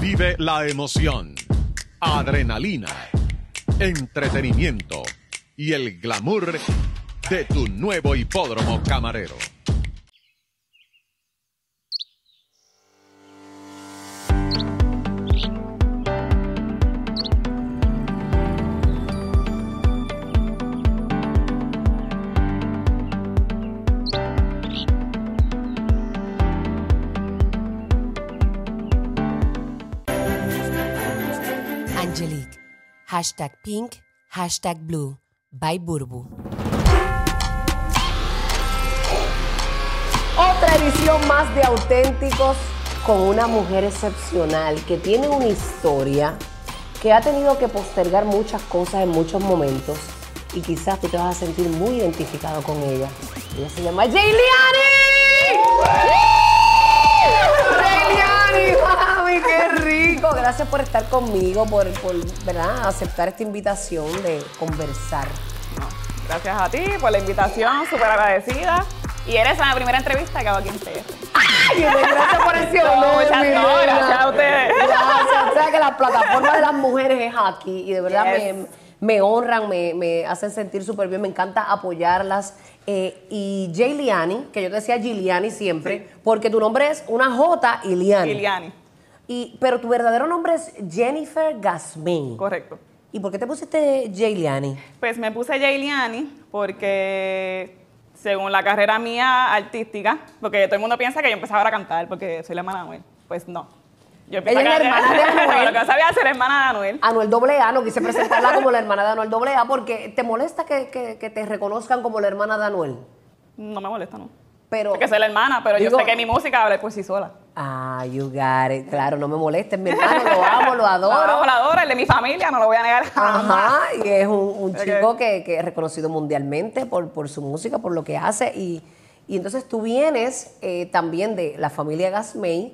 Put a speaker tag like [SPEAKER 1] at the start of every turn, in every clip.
[SPEAKER 1] Vive la emoción, adrenalina, entretenimiento y el glamour de tu nuevo hipódromo camarero.
[SPEAKER 2] Angelique. Hashtag pink, hashtag blue. By Burbu.
[SPEAKER 3] Otra edición más de Auténticos con una mujer excepcional que tiene una historia que ha tenido que postergar muchas cosas en muchos momentos y quizás tú te vas a sentir muy identificado con ella. Ella se llama Jayliani. Jayliani, mami, qué rico. Gracias por estar conmigo, por, por ¿verdad? aceptar esta invitación de conversar.
[SPEAKER 4] Gracias a ti por la invitación, súper agradecida. Y eres la primera entrevista que hago aquí en TF.
[SPEAKER 3] Ay, gracias por ese
[SPEAKER 4] No,
[SPEAKER 3] honor,
[SPEAKER 4] muchas
[SPEAKER 3] mi
[SPEAKER 4] no,
[SPEAKER 3] reina.
[SPEAKER 4] gracias a ustedes.
[SPEAKER 3] Gracias. O sea que la plataforma de las mujeres es aquí y de verdad
[SPEAKER 4] Yes.
[SPEAKER 3] me, me honran, me, me hacen sentir súper bien, me encanta apoyarlas. Eh, y Jayliani, que yo te decía Giliani siempre, porque tu nombre es una J y Liani.
[SPEAKER 4] Liliani,
[SPEAKER 3] Y, pero tu verdadero nombre es Jennifer Gasmin.
[SPEAKER 4] correcto.
[SPEAKER 3] ¿Y por qué te pusiste Jayliani?
[SPEAKER 4] Pues me puse Jailiani porque, según la carrera mía artística, porque todo el mundo piensa que yo empezaba ahora a cantar porque soy la hermana de Anuel. Pues no. Yo empecé
[SPEAKER 3] Ella
[SPEAKER 4] a
[SPEAKER 3] es la
[SPEAKER 4] cantar-
[SPEAKER 3] hermana de Anuel.
[SPEAKER 4] No, lo que yo sabía era ser hermana de Anuel.
[SPEAKER 3] Anuel AA, no quise presentarla como la hermana de Anuel AA porque te molesta que, que- que te reconozcan como la hermana de Anuel.
[SPEAKER 4] No me molesta, no.
[SPEAKER 3] Pero,
[SPEAKER 4] Porque soy la hermana, pero
[SPEAKER 3] Digo-
[SPEAKER 4] yo sé que mi música habla por sí sola.
[SPEAKER 3] Ah, you got it. Claro, no me molestes, mi hermano, lo amo, lo adoro. Ah,
[SPEAKER 4] La adoro, el de mi familia, no lo voy a negar.
[SPEAKER 3] Ajá, y es un, un
[SPEAKER 4] Ok.
[SPEAKER 3] chico que, que es reconocido mundialmente por, por su música, por lo que hace. Y, y entonces tú vienes eh, también de la familia Gasmey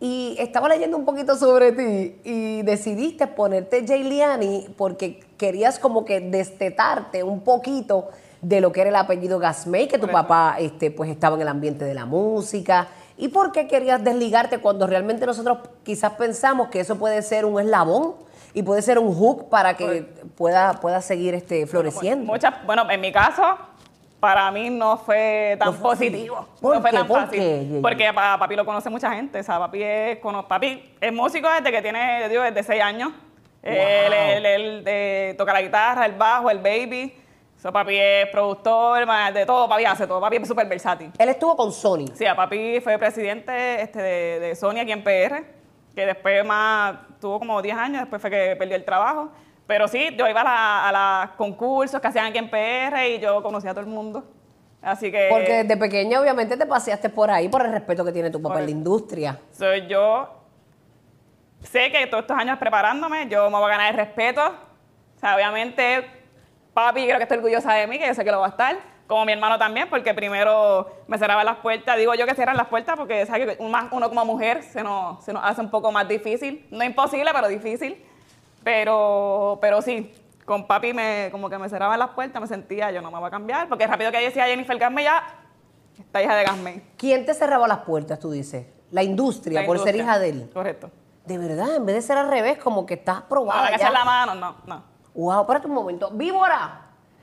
[SPEAKER 3] y estaba leyendo un poquito sobre ti y decidiste ponerte Jailiani porque querías como que destetarte un poquito de lo que era el apellido Gasmey, que tu
[SPEAKER 4] Correcto.
[SPEAKER 3] papá este, pues estaba en el ambiente de la música. ¿Y por qué querías desligarte cuando realmente nosotros quizás pensamos que eso puede ser un eslabón y puede ser un hook para que pueda, pueda seguir este, floreciendo?
[SPEAKER 4] Muchas, bueno, en mi caso, para mí no fue tan
[SPEAKER 3] No fue así.
[SPEAKER 4] positivo.
[SPEAKER 3] ¿Por
[SPEAKER 4] no fue
[SPEAKER 3] qué?
[SPEAKER 4] tan
[SPEAKER 3] ¿Por
[SPEAKER 4] fácil.
[SPEAKER 3] qué, Yeye?
[SPEAKER 4] Porque a papi lo conoce mucha gente. O sea, papi es, cono- papi es músico desde que tiene, yo digo, desde seis años. Él, él- él, eh, toca la guitarra, el bajo, el baby. So, papi es productor, ma- de todo, papi hace todo, papi es súper versátil.
[SPEAKER 3] Él estuvo con Sony.
[SPEAKER 4] Sí, a papi fue presidente este, de, de Sony aquí en PR, que después más tuvo como 10 años, después fue que perdió el trabajo. Pero sí, yo iba a la- a los concursos que hacían aquí en PR y yo conocía a todo el mundo. Así que
[SPEAKER 3] Porque desde pequeña obviamente te paseaste por ahí por el respeto que tiene tu papá en la
[SPEAKER 4] Correcto.
[SPEAKER 3] industria.
[SPEAKER 4] so, yo sé que todos estos años preparándome, yo me voy a ganar el respeto. O sea, obviamente, papi creo que está orgullosa de mí, que yo sé que lo va a estar. Como mi hermano también, porque primero me cerraba las puertas. Digo yo que cierran las puertas porque ¿sabes? que un- más- uno como mujer se nos, se nos hace un poco más difícil. No imposible, pero difícil. Pero, pero sí, con papi me, como que me cerraban las puertas, me sentía, yo no me voy a cambiar. Porque rápido que decía Jennifer Gasme ya, esta hija de Gasme.
[SPEAKER 3] ¿Quién te cerraba las puertas, tú dices? La industria,
[SPEAKER 4] La
[SPEAKER 3] por ser
[SPEAKER 4] industria.
[SPEAKER 3] hija de él.
[SPEAKER 4] Correcto.
[SPEAKER 3] De verdad, en vez de ser al revés, como que estás
[SPEAKER 4] No,
[SPEAKER 3] probada
[SPEAKER 4] la que
[SPEAKER 3] ya.
[SPEAKER 4] hacer la mano, no, no.
[SPEAKER 3] Wow, espérate un momento. Víbora,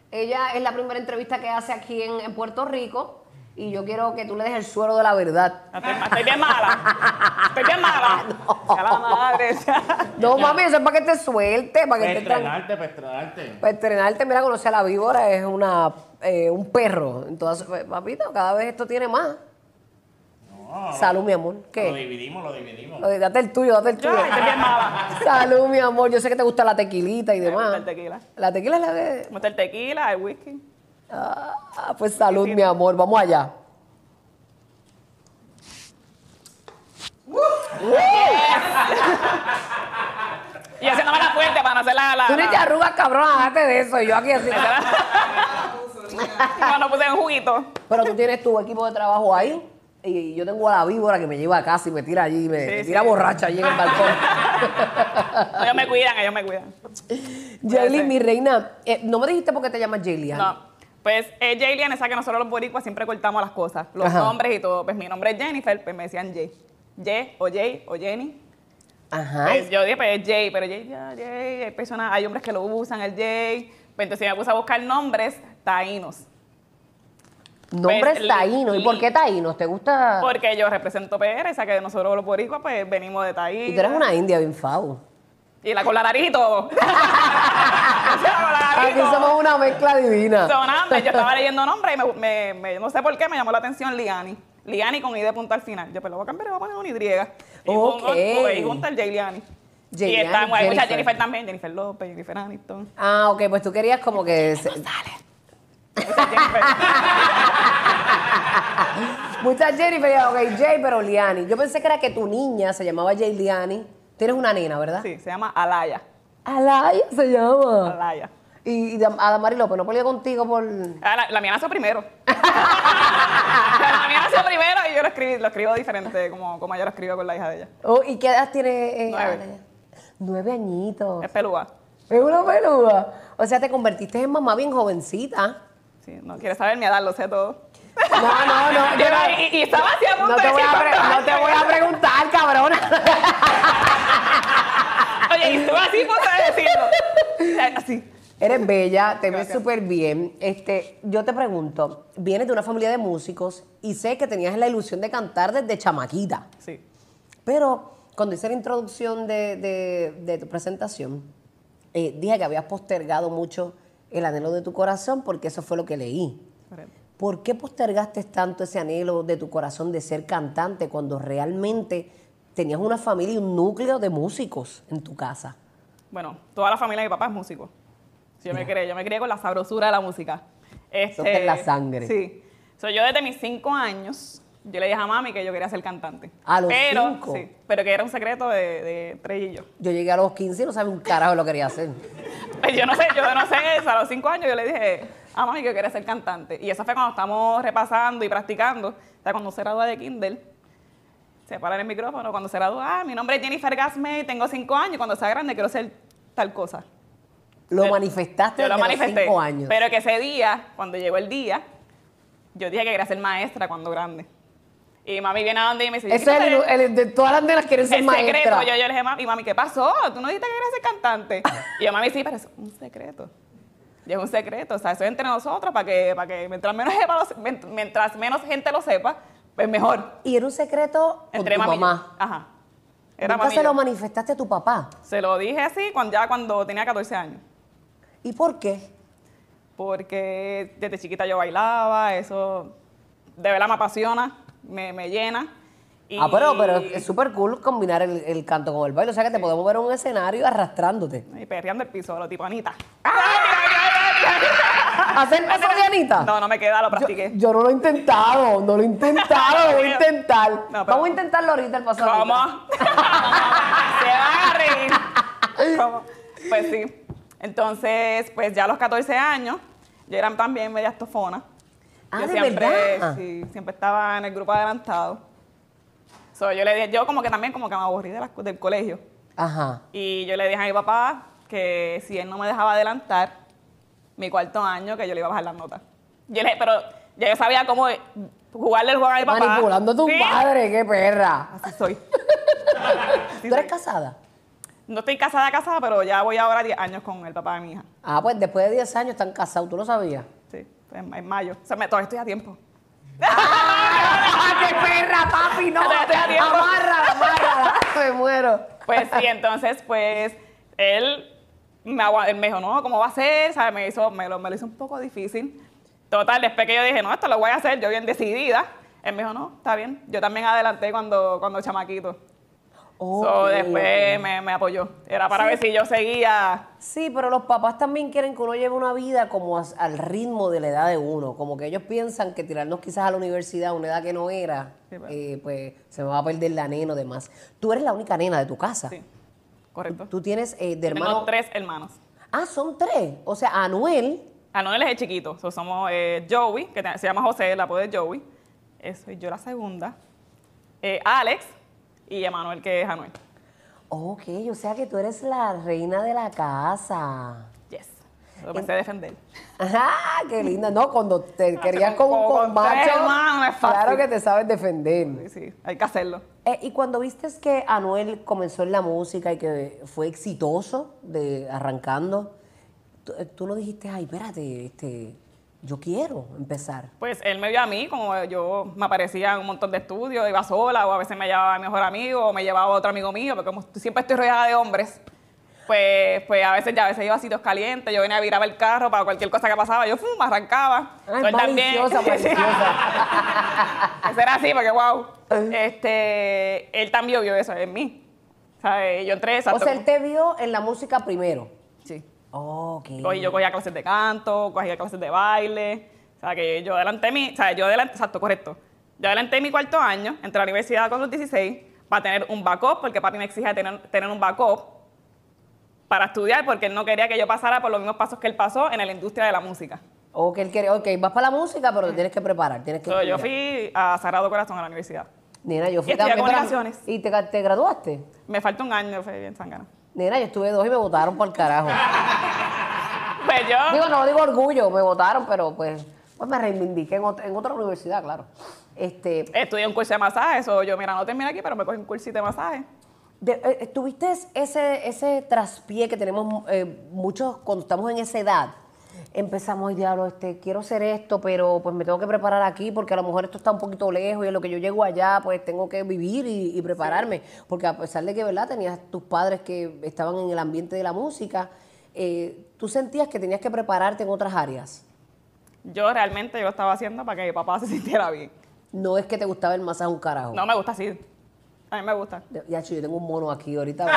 [SPEAKER 3] ella es la primera entrevista que hace aquí en, en Puerto Rico y yo quiero que tú le des el suero de la verdad.
[SPEAKER 4] Estoy, estoy bien mala. Estoy bien mala. A la madre.
[SPEAKER 3] No, mami, eso es para que te suelte, para que te tran-
[SPEAKER 5] Pues Estrenarte, para estrenarte.
[SPEAKER 3] Para estrenarte, Pues mira, conocer a la víbora es una, eh, un perro. Entonces, pues, papito, cada vez esto tiene más. Salud, mi amor. ¿Qué?
[SPEAKER 5] Lo dividimos, lo dividimos.
[SPEAKER 3] Lo de- Date el tuyo, date el tuyo.
[SPEAKER 4] Ay, estoy bien mala.
[SPEAKER 3] Salud, mi amor. Yo sé que te gusta la tequilita y
[SPEAKER 4] Me gusta
[SPEAKER 3] demás.
[SPEAKER 4] el tequila.
[SPEAKER 3] La tequila es la de.
[SPEAKER 4] Me gusta el tequila, el whisky.
[SPEAKER 3] Ah, pues salud, mi amor. Vamos allá.
[SPEAKER 4] Y haciéndome la fuerte para Ah, no hacer la. la,
[SPEAKER 3] Tú ni te
[SPEAKER 4] la-
[SPEAKER 3] arrugas, cabrón, hágate de eso. Y yo aquí así.
[SPEAKER 4] Cuando puse un juguito.
[SPEAKER 3] Pero tú tienes tu equipo de trabajo ahí. Y yo tengo a la víbora que me lleva a casa y me tira allí, me,
[SPEAKER 4] Sí,
[SPEAKER 3] me
[SPEAKER 4] sí.
[SPEAKER 3] tira borracha allí en el balcón.
[SPEAKER 4] Ellos me cuidan, ellos me cuidan.
[SPEAKER 3] Jaylee, mi reina, eh, no me dijiste por qué te llamas Jaylee. Ana?
[SPEAKER 4] No. Pues es Jaylian, esa que nosotros los boricuas siempre cortamos las cosas, los
[SPEAKER 3] Ajá.
[SPEAKER 4] nombres y todo. Pues mi nombre es Jennifer, pues me decían Jay. Jay o Jay o Jenny.
[SPEAKER 3] Ajá.
[SPEAKER 4] Pues yo dije, pues es Jay, pero Jay, ya, Jay, hay personas, hay hombres que lo usan, el Jay. Pues entonces me puse a buscar nombres taínos.
[SPEAKER 3] Nombres
[SPEAKER 4] pues,
[SPEAKER 3] taínos. ¿Y por qué taínos? ¿Te gusta?
[SPEAKER 4] Porque yo represento PR, o sea que nosotros los boricuas pues venimos de Taíno.
[SPEAKER 3] Y tú eres una india bien fau.
[SPEAKER 4] Y la con la nariz y todo. Con la nariz y
[SPEAKER 3] Aquí
[SPEAKER 4] todo.
[SPEAKER 3] somos una mezcla divina.
[SPEAKER 4] Son ambas. Yo estaba leyendo nombres y me, me- me- no sé por qué me llamó la atención Liani. Liani con I de punta al final. Yo, pues lo voy a cambiar y voy a poner una Y. Y
[SPEAKER 3] Ok.
[SPEAKER 4] pongo- pues, y junta el J. Liani.
[SPEAKER 3] J.
[SPEAKER 4] y
[SPEAKER 3] Liani,
[SPEAKER 4] está, hay muchas
[SPEAKER 3] Jennifer.
[SPEAKER 4] Jennifer también, Jennifer López, Jennifer Aniston.
[SPEAKER 3] Ah, ok, pues tú querías como que. se-
[SPEAKER 4] Muchas Jennifer.
[SPEAKER 3] Muchas Jennifer, ya, ok, Jay, pero Liani. Yo pensé que era que tu niña se llamaba Jay Liani. Tienes una nena, ¿verdad?
[SPEAKER 4] sí, se llama Alaya.
[SPEAKER 3] Alaya se llama.
[SPEAKER 4] Alaya.
[SPEAKER 3] Y, y Dam- Adamari López pues no peleó contigo por.
[SPEAKER 4] Ah, la, la mía nació primero. la mía nació primero y yo lo, escribí, lo escribo diferente como, como ella lo escribe con la hija de ella.
[SPEAKER 3] Oh, ¿Y qué edad tiene eh,
[SPEAKER 4] Nueve.
[SPEAKER 3] Alaya? Nueve añitos.
[SPEAKER 4] Es pelúa.
[SPEAKER 3] Es una peluda. O sea, te convertiste en mamá bien jovencita.
[SPEAKER 4] Sí, no quiere saber mi edad, lo sé todo.
[SPEAKER 3] No, no, no. yo no-
[SPEAKER 4] y, y estaba así a punto
[SPEAKER 3] no
[SPEAKER 4] de
[SPEAKER 3] te, voy a
[SPEAKER 4] decir
[SPEAKER 3] pre-
[SPEAKER 4] cuántos
[SPEAKER 3] no te
[SPEAKER 4] años
[SPEAKER 3] voy a preguntar, cabrona.
[SPEAKER 4] Oye, y estuve así a punto de decirlo. O sea, Así.
[SPEAKER 3] Eres bella, te ves
[SPEAKER 4] Gracias.
[SPEAKER 3] súper bien. Este, yo te pregunto, vienes de una familia de músicos y sé que tenías la ilusión de cantar desde chamaquita.
[SPEAKER 4] Sí.
[SPEAKER 3] Pero cuando hice la introducción de, de- de tu presentación, eh, dije que habías postergado mucho el anhelo de tu corazón porque eso fue lo que leí.
[SPEAKER 4] Correcto.
[SPEAKER 3] ¿Por qué postergaste tanto ese anhelo de tu corazón de ser cantante cuando realmente tenías una familia y un núcleo de músicos en tu casa?
[SPEAKER 4] Bueno, toda la familia de mi papá es músico. Sí, Yo me crié, yo me crié con la sabrosura de la música. Este,
[SPEAKER 3] está en la sangre.
[SPEAKER 4] Sí. So, yo desde mis cinco años, yo le dije a mami que yo quería ser cantante.
[SPEAKER 3] ¿A los
[SPEAKER 4] pero,
[SPEAKER 3] cinco?
[SPEAKER 4] Sí, pero que era un secreto de, de entre ella y yo.
[SPEAKER 3] Yo llegué a los 15 y no sabía un carajo lo que quería hacer.
[SPEAKER 4] Pues yo no sé, yo no sé eso. A los cinco años yo le dije a mami que quería ser cantante. Y eso fue cuando estamos repasando y practicando. O sea, cuando se gradúa de Kindle, se paran el micrófono. Cuando se gradúa, ah, mi nombre es Jennifer Gasmey, tengo cinco años. Cuando sea grande quiero ser tal cosa.
[SPEAKER 3] Lo
[SPEAKER 4] Pero-
[SPEAKER 3] manifestaste
[SPEAKER 4] Yo
[SPEAKER 3] desde
[SPEAKER 4] lo manifesté.
[SPEAKER 3] los 5 años.
[SPEAKER 4] Pero que ese día, cuando llegó el día, yo dije que quería ser maestra cuando grande. Y mami viene a donde y me dice,
[SPEAKER 3] Ese es el,
[SPEAKER 4] "Jennifer,
[SPEAKER 3] el- el- de todas las nenas quieren ser
[SPEAKER 4] el secreto.
[SPEAKER 3] maestras.
[SPEAKER 4] Yo, yo le dije, mami, y mami, ¿qué pasó? Tú no dijiste que querías ser cantante. Y yo, mami, sí, pero es un secreto. Y es un secreto. O sea, eso es entre nosotros para que, para que mientras, menos sepa lo se- mient- mientras menos gente lo sepa, pues mejor.
[SPEAKER 3] Y era un secreto con
[SPEAKER 4] Entre
[SPEAKER 3] tu
[SPEAKER 4] mami. y yo.
[SPEAKER 3] mamá.
[SPEAKER 4] Ajá. Era
[SPEAKER 3] Nunca
[SPEAKER 4] mami. y
[SPEAKER 3] se lo
[SPEAKER 4] yo.
[SPEAKER 3] manifestaste a tu papá.
[SPEAKER 4] Se lo dije así cuando, ya cuando tenía 14 años.
[SPEAKER 3] ¿Y por qué?
[SPEAKER 4] porque desde chiquita yo bailaba, eso de verdad me apasiona, me, me llena. Y,
[SPEAKER 3] Ah, pero, pero es súper cool combinar el, el canto con el baile. O sea que te podemos ver en un escenario arrastrándote.
[SPEAKER 4] Y perreando el piso, lo tipo Anita.
[SPEAKER 3] ¿Hacer eso de Ah, Anita?
[SPEAKER 4] Ah, No, no me queda, lo
[SPEAKER 3] yo,
[SPEAKER 4] practiqué.
[SPEAKER 3] yo no lo he intentado, no lo he intentado, lo voy a intentar.
[SPEAKER 4] pero-
[SPEAKER 3] Vamos a intentarlo ahorita el pasado.
[SPEAKER 4] ¿Cómo? Se va a reír. ¿Cómo? Pues sí. Entonces, pues ya a los 14 años, yo era también media estofona.
[SPEAKER 3] Ah,
[SPEAKER 4] yo
[SPEAKER 3] ¿de
[SPEAKER 4] siempre,
[SPEAKER 3] verdad?
[SPEAKER 4] sí, siempre estaba en el grupo adelantado. So, yo le dije, yo como que también como que me aburrí de las co- del colegio.
[SPEAKER 3] Ah. Ajá.
[SPEAKER 4] Y yo le dije a mi papá que si él no me dejaba adelantar mi cuarto año, que yo le iba a bajar las notas. Yo le dije, pero ya yo sabía cómo jugarle el juego a mi papá.
[SPEAKER 3] Manipulando a tu
[SPEAKER 4] Sí,
[SPEAKER 3] padre, qué perra.
[SPEAKER 4] Así soy. Así
[SPEAKER 3] ¿Tú eres
[SPEAKER 4] soy.
[SPEAKER 3] casada?
[SPEAKER 4] No estoy casada, casada, pero ya voy ahora 10 años con el papá de mi hija.
[SPEAKER 3] Ah, pues después de 10 años están casados, tú lo sabías.
[SPEAKER 4] Sí, en, en mayo. O sea, me, todavía estoy a tiempo.
[SPEAKER 3] ¡Ah, qué perra, papi! ¡No!
[SPEAKER 4] Te estoy haciendo.
[SPEAKER 3] ¡Amárrala, amárrala! ¡Me muero!
[SPEAKER 4] Pues sí, entonces, pues, él me, agua- él me dijo, no, ¿cómo va a ser? ¿Sabe? Me, hizo, me, lo, me lo hizo un poco difícil. Total, después que yo dije, no, esto lo voy a hacer, yo bien decidida. Él me dijo, no, está bien. Yo también adelanté cuando, cuando chamaquito. So,
[SPEAKER 3] Ok.
[SPEAKER 4] después me, me apoyó. Era para ver si yo seguía.
[SPEAKER 3] Sí, pero los papás también quieren que uno lleve una vida como as- al ritmo de la edad de uno. Como que ellos piensan que tirarnos quizás a la universidad a una edad que no era,
[SPEAKER 4] Sí, pa.
[SPEAKER 3] eh, pues se me va a perder la nena o demás. Tú eres la única nena de tu casa.
[SPEAKER 4] Sí, correcto.
[SPEAKER 3] Tú tienes eh, de hermano.
[SPEAKER 4] Tengo tres hermanos.
[SPEAKER 3] Ah, son tres. O sea, Anuel.
[SPEAKER 4] Anuel es el chiquito. So, somos eh, Joey, que te- se llama José, el apodo es Joey. Eh, soy yo la segunda. Eh, Alex y Emanuel, que es Anuel.
[SPEAKER 3] Ok, o sea que tú eres la reina de la casa.
[SPEAKER 4] Yes. Lo pensé defender.
[SPEAKER 3] Ajá, qué linda. No, cuando te querías con,
[SPEAKER 4] Ah, con-
[SPEAKER 3] con
[SPEAKER 4] con
[SPEAKER 3] macho,
[SPEAKER 4] tres, hermano, es fácil.
[SPEAKER 3] claro que te sabes defender.
[SPEAKER 4] Sí, sí, hay que hacerlo.
[SPEAKER 3] Eh, y cuando viste que Anuel comenzó en la música y que fue exitoso de arrancando, tú, eh, tú no dijiste, ay, espérate, este, yo quiero empezar.
[SPEAKER 4] Pues él me vio a mí, como yo me aparecía en un montón de estudios, iba sola, o a veces me llevaba a mi mejor amigo, o me llevaba otro amigo mío, porque como siempre estoy rodeada de hombres, pues, pues a veces ya a veces iba a sitios calientes, yo venía a viraba el carro para cualquier cosa que pasaba, yo fum, arrancaba.
[SPEAKER 3] Ay,
[SPEAKER 4] Él también-
[SPEAKER 3] maliciosa, maliciosa.
[SPEAKER 4] Eso era así, porque wow.
[SPEAKER 3] Eh.
[SPEAKER 4] Este, él también vio eso en mí. O sea, eh, Yo entré,
[SPEAKER 3] o
[SPEAKER 4] exacto,
[SPEAKER 3] sea, él te vio en la música primero. Oh,
[SPEAKER 4] Sí.
[SPEAKER 3] Ok.
[SPEAKER 4] Cogí- yo cogía clases de canto, cogía clases de baile. O sea, que yo adelanté mi. O sea, yo adelanté. Exacto, correcto. Yo adelanté mi cuarto año, entré a la universidad con los 16 para tener un backup, porque papi me exigía tener, tener un backup para estudiar, porque él no quería que yo pasara por los mismos pasos que él pasó en la industria de la música.
[SPEAKER 3] O que él quiere, ok, vas para la música, pero te tienes que preparar, tienes que
[SPEAKER 4] So, yo
[SPEAKER 3] estudiar.
[SPEAKER 4] fui a Sagrado Corazón a la universidad.
[SPEAKER 3] Nena, yo fui
[SPEAKER 4] Y estudié
[SPEAKER 3] también para-
[SPEAKER 4] comunicaciones.
[SPEAKER 3] ¿Y te, te graduaste?
[SPEAKER 4] Me falta un año, fue bien sangana.
[SPEAKER 3] Nena, yo estuve dos y me votaron por el carajo.
[SPEAKER 4] Pues yo.
[SPEAKER 3] Digo, no digo orgullo, me votaron, pero pues, pues me reivindiqué en, ot- en otra universidad, claro. Este,
[SPEAKER 4] Estudié un curso de masaje, eso yo, mira, no terminé aquí, pero me cogí un cursito de masaje.
[SPEAKER 3] de- eh, ¿Tuviste ese, ese traspié que tenemos eh, muchos cuando estamos en esa edad? Empezamos, ay diablo, este, quiero hacer esto, pero pues me tengo que preparar aquí porque a lo mejor esto está un poquito lejos y en lo que yo llego allá, pues tengo que vivir y, y prepararme. Porque a pesar de que, ¿verdad? Tenías tus padres que estaban en el ambiente de la música, eh, tú sentías que tenías que prepararte en otras áreas.
[SPEAKER 4] Yo realmente yo lo estaba haciendo para que mi papá se sintiera bien.
[SPEAKER 3] No es que te gustaba el masaje un carajo.
[SPEAKER 4] No me gusta así. A mí me gusta.
[SPEAKER 3] Ya, yo tengo un mono aquí ahorita.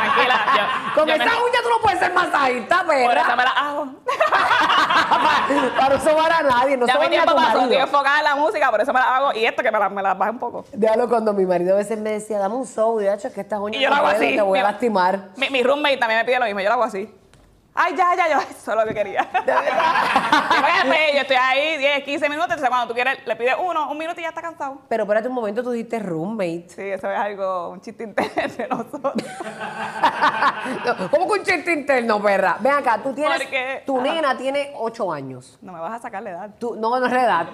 [SPEAKER 4] Tranquila. Yo,
[SPEAKER 3] Con
[SPEAKER 4] yo
[SPEAKER 3] esa
[SPEAKER 4] me-
[SPEAKER 3] uña tú no puedes ser masajista,
[SPEAKER 4] por
[SPEAKER 3] perra.
[SPEAKER 4] eso me la hago.
[SPEAKER 3] para, para no sobar a nadie, no
[SPEAKER 4] ya me
[SPEAKER 3] sobar ni a
[SPEAKER 4] tiempo
[SPEAKER 3] tu
[SPEAKER 4] pasó, estoy
[SPEAKER 3] marido.
[SPEAKER 4] enfocada en la música, por eso me la hago. Y esto que me la, me la baje un poco.
[SPEAKER 3] Déjalo cuando mi marido a veces me decía, dame un show, y yo, "Acho, es que estas uñas
[SPEAKER 4] Y yo lo
[SPEAKER 3] no
[SPEAKER 4] hago
[SPEAKER 3] puedo,
[SPEAKER 4] así.
[SPEAKER 3] te voy a
[SPEAKER 4] Mira.
[SPEAKER 3] lastimar.
[SPEAKER 4] Mi, mi roommate también me pide lo mismo, yo lo hago así. Ay, ya, ya, yo, eso es lo que quería. Después, yo estoy ahí 10, 15 minutos, entonces cuando tú quieres, le pides uno, un minuto y ya está cansado.
[SPEAKER 3] Pero espérate un momento, tú dijiste roommate.
[SPEAKER 4] Sí, eso es algo, un chiste interno de nosotros.
[SPEAKER 3] ¿Cómo que un chiste interno, perra? Ven acá, tú tienes,
[SPEAKER 4] Porque-
[SPEAKER 3] tu
[SPEAKER 4] Ajá.
[SPEAKER 3] nena tiene ocho años.
[SPEAKER 4] No me vas a sacar la edad.
[SPEAKER 3] Tú, no, no es la edad.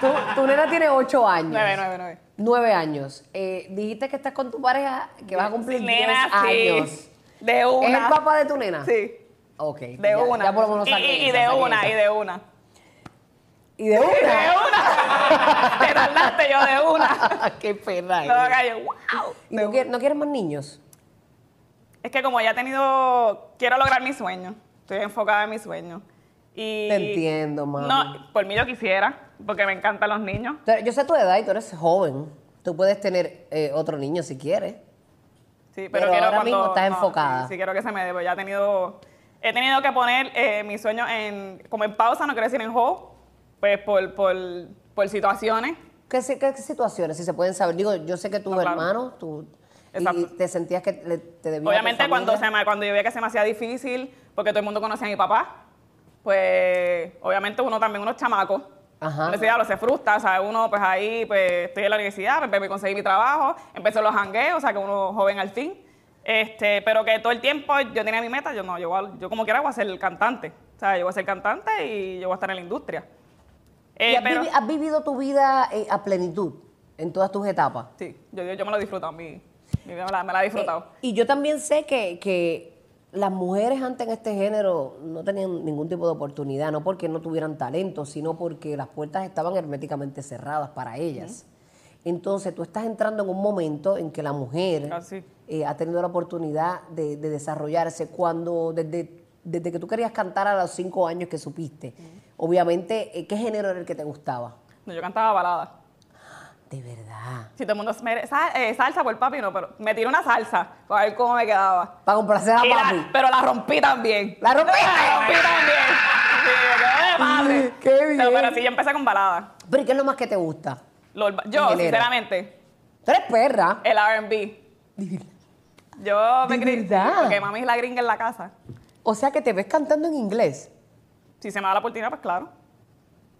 [SPEAKER 3] Tú- tu nena tiene ocho años.
[SPEAKER 4] Nueve, nueve, nueve.
[SPEAKER 3] Nueve años. Eh, dijiste que estás con tu pareja, que vas a cumplir diez
[SPEAKER 4] Nena, sí.
[SPEAKER 3] años.
[SPEAKER 4] De una.
[SPEAKER 3] ¿Es el papá de tu nena?
[SPEAKER 4] Sí.
[SPEAKER 3] Ok.
[SPEAKER 4] De
[SPEAKER 3] ya-
[SPEAKER 4] una.
[SPEAKER 3] Ya por lo menos
[SPEAKER 4] y,
[SPEAKER 3] saqué
[SPEAKER 4] y- y
[SPEAKER 3] esa,
[SPEAKER 4] de
[SPEAKER 3] saqué
[SPEAKER 4] una,
[SPEAKER 3] esa.
[SPEAKER 4] y de una.
[SPEAKER 3] ¿Y de una?
[SPEAKER 4] De una. Te tardaste yo de una.
[SPEAKER 3] Ah, Qué perra.
[SPEAKER 4] Luego
[SPEAKER 3] eres.
[SPEAKER 4] acá yo, wow.
[SPEAKER 3] ¿Y no, quieres, no quieres más niños?
[SPEAKER 4] Es que como ya he tenido, quiero lograr mi sueño. Estoy enfocada en mi sueño. Y
[SPEAKER 3] Te entiendo, mami.
[SPEAKER 4] No, por mí yo quisiera, porque me encantan los niños.
[SPEAKER 3] Tú- Yo sé tu edad y tú eres joven. Tú puedes tener eh, otro niño si quieres.
[SPEAKER 4] Sí, pero,
[SPEAKER 3] Pero
[SPEAKER 4] quiero
[SPEAKER 3] ahora
[SPEAKER 4] cuando-
[SPEAKER 3] mismo estás
[SPEAKER 4] no,
[SPEAKER 3] enfocada.
[SPEAKER 4] Sí, sí quiero que se me dé, porque ya he tenido, he tenido que poner eh, mis sueños en, como en pausa, no quiero decir en hold, pues por, por, por situaciones.
[SPEAKER 3] ¿Qué, si- qué- qué situaciones? Si se pueden saber. Digo, yo sé que tus
[SPEAKER 4] No, claro.
[SPEAKER 3] hermanos, tú... y-
[SPEAKER 4] Exacto.
[SPEAKER 3] Y te sentías que le- te debías a tu
[SPEAKER 4] Obviamente cuando, se
[SPEAKER 3] pues, familia.
[SPEAKER 4] me, cuando yo veía que se me hacía difícil, porque todo el mundo conocía a mi papá, pues obviamente uno también, unos chamacos.
[SPEAKER 3] Ajá.
[SPEAKER 4] Uno dice, "Diablo, se frustra, o sea, uno pues ahí, pues estoy en la universidad, pues, me conseguí mi trabajo, empezó los jangueos, o sea, que uno joven al fin. Este, pero que todo el tiempo yo tenía mi meta, yo no, yo, voy a- yo como quiera voy a ser cantante. O sea, yo voy a ser cantante y yo voy a estar en la industria. Eh,
[SPEAKER 3] ¿Y has,
[SPEAKER 4] pero-
[SPEAKER 3] vivi- has vivido tu vida eh, a plenitud en todas tus etapas?
[SPEAKER 4] sí, yo, yo, yo me lo he disfrutado, mi, mi vida me la, me la he disfrutado.
[SPEAKER 3] Eh, y yo también sé que, que las mujeres antes en este género no tenían ningún tipo de oportunidad, no porque no tuvieran talento, sino porque las puertas estaban herméticamente cerradas para ellas. Entonces tú estás entrando en un momento en que la mujer
[SPEAKER 4] Ah, sí.
[SPEAKER 3] eh, ha tenido la oportunidad de, de desarrollarse cuando desde, desde que tú querías cantar a los cinco años que supiste. Obviamente, eh, ¿qué género era el que te gustaba?
[SPEAKER 4] No, yo cantaba baladas.
[SPEAKER 3] De verdad.
[SPEAKER 4] Si todo el mundo se mere- sa- eh, salsa por papi, no, pero me tiré una salsa para ver cómo me quedaba.
[SPEAKER 3] Para complacer a
[SPEAKER 4] Y la-
[SPEAKER 3] Ah, papi.
[SPEAKER 4] pero la rompí también.
[SPEAKER 3] ¿La rompiste?
[SPEAKER 4] La rompí también. Sí, me quedé de madre.
[SPEAKER 3] Qué bien.
[SPEAKER 4] No, pero sí, yo empecé con balada.
[SPEAKER 3] Pero ¿y qué es lo más que te gusta?
[SPEAKER 4] Lo- yo,
[SPEAKER 3] Ingeniero.
[SPEAKER 4] sinceramente,
[SPEAKER 3] Tú eres perra.
[SPEAKER 4] el RB. Yo me
[SPEAKER 3] ¿De
[SPEAKER 4] cri-
[SPEAKER 3] verdad?
[SPEAKER 4] Porque mami es la gringa en la casa.
[SPEAKER 3] O sea que te ves cantando en inglés.
[SPEAKER 4] Si se me da la oportunidad, pues claro.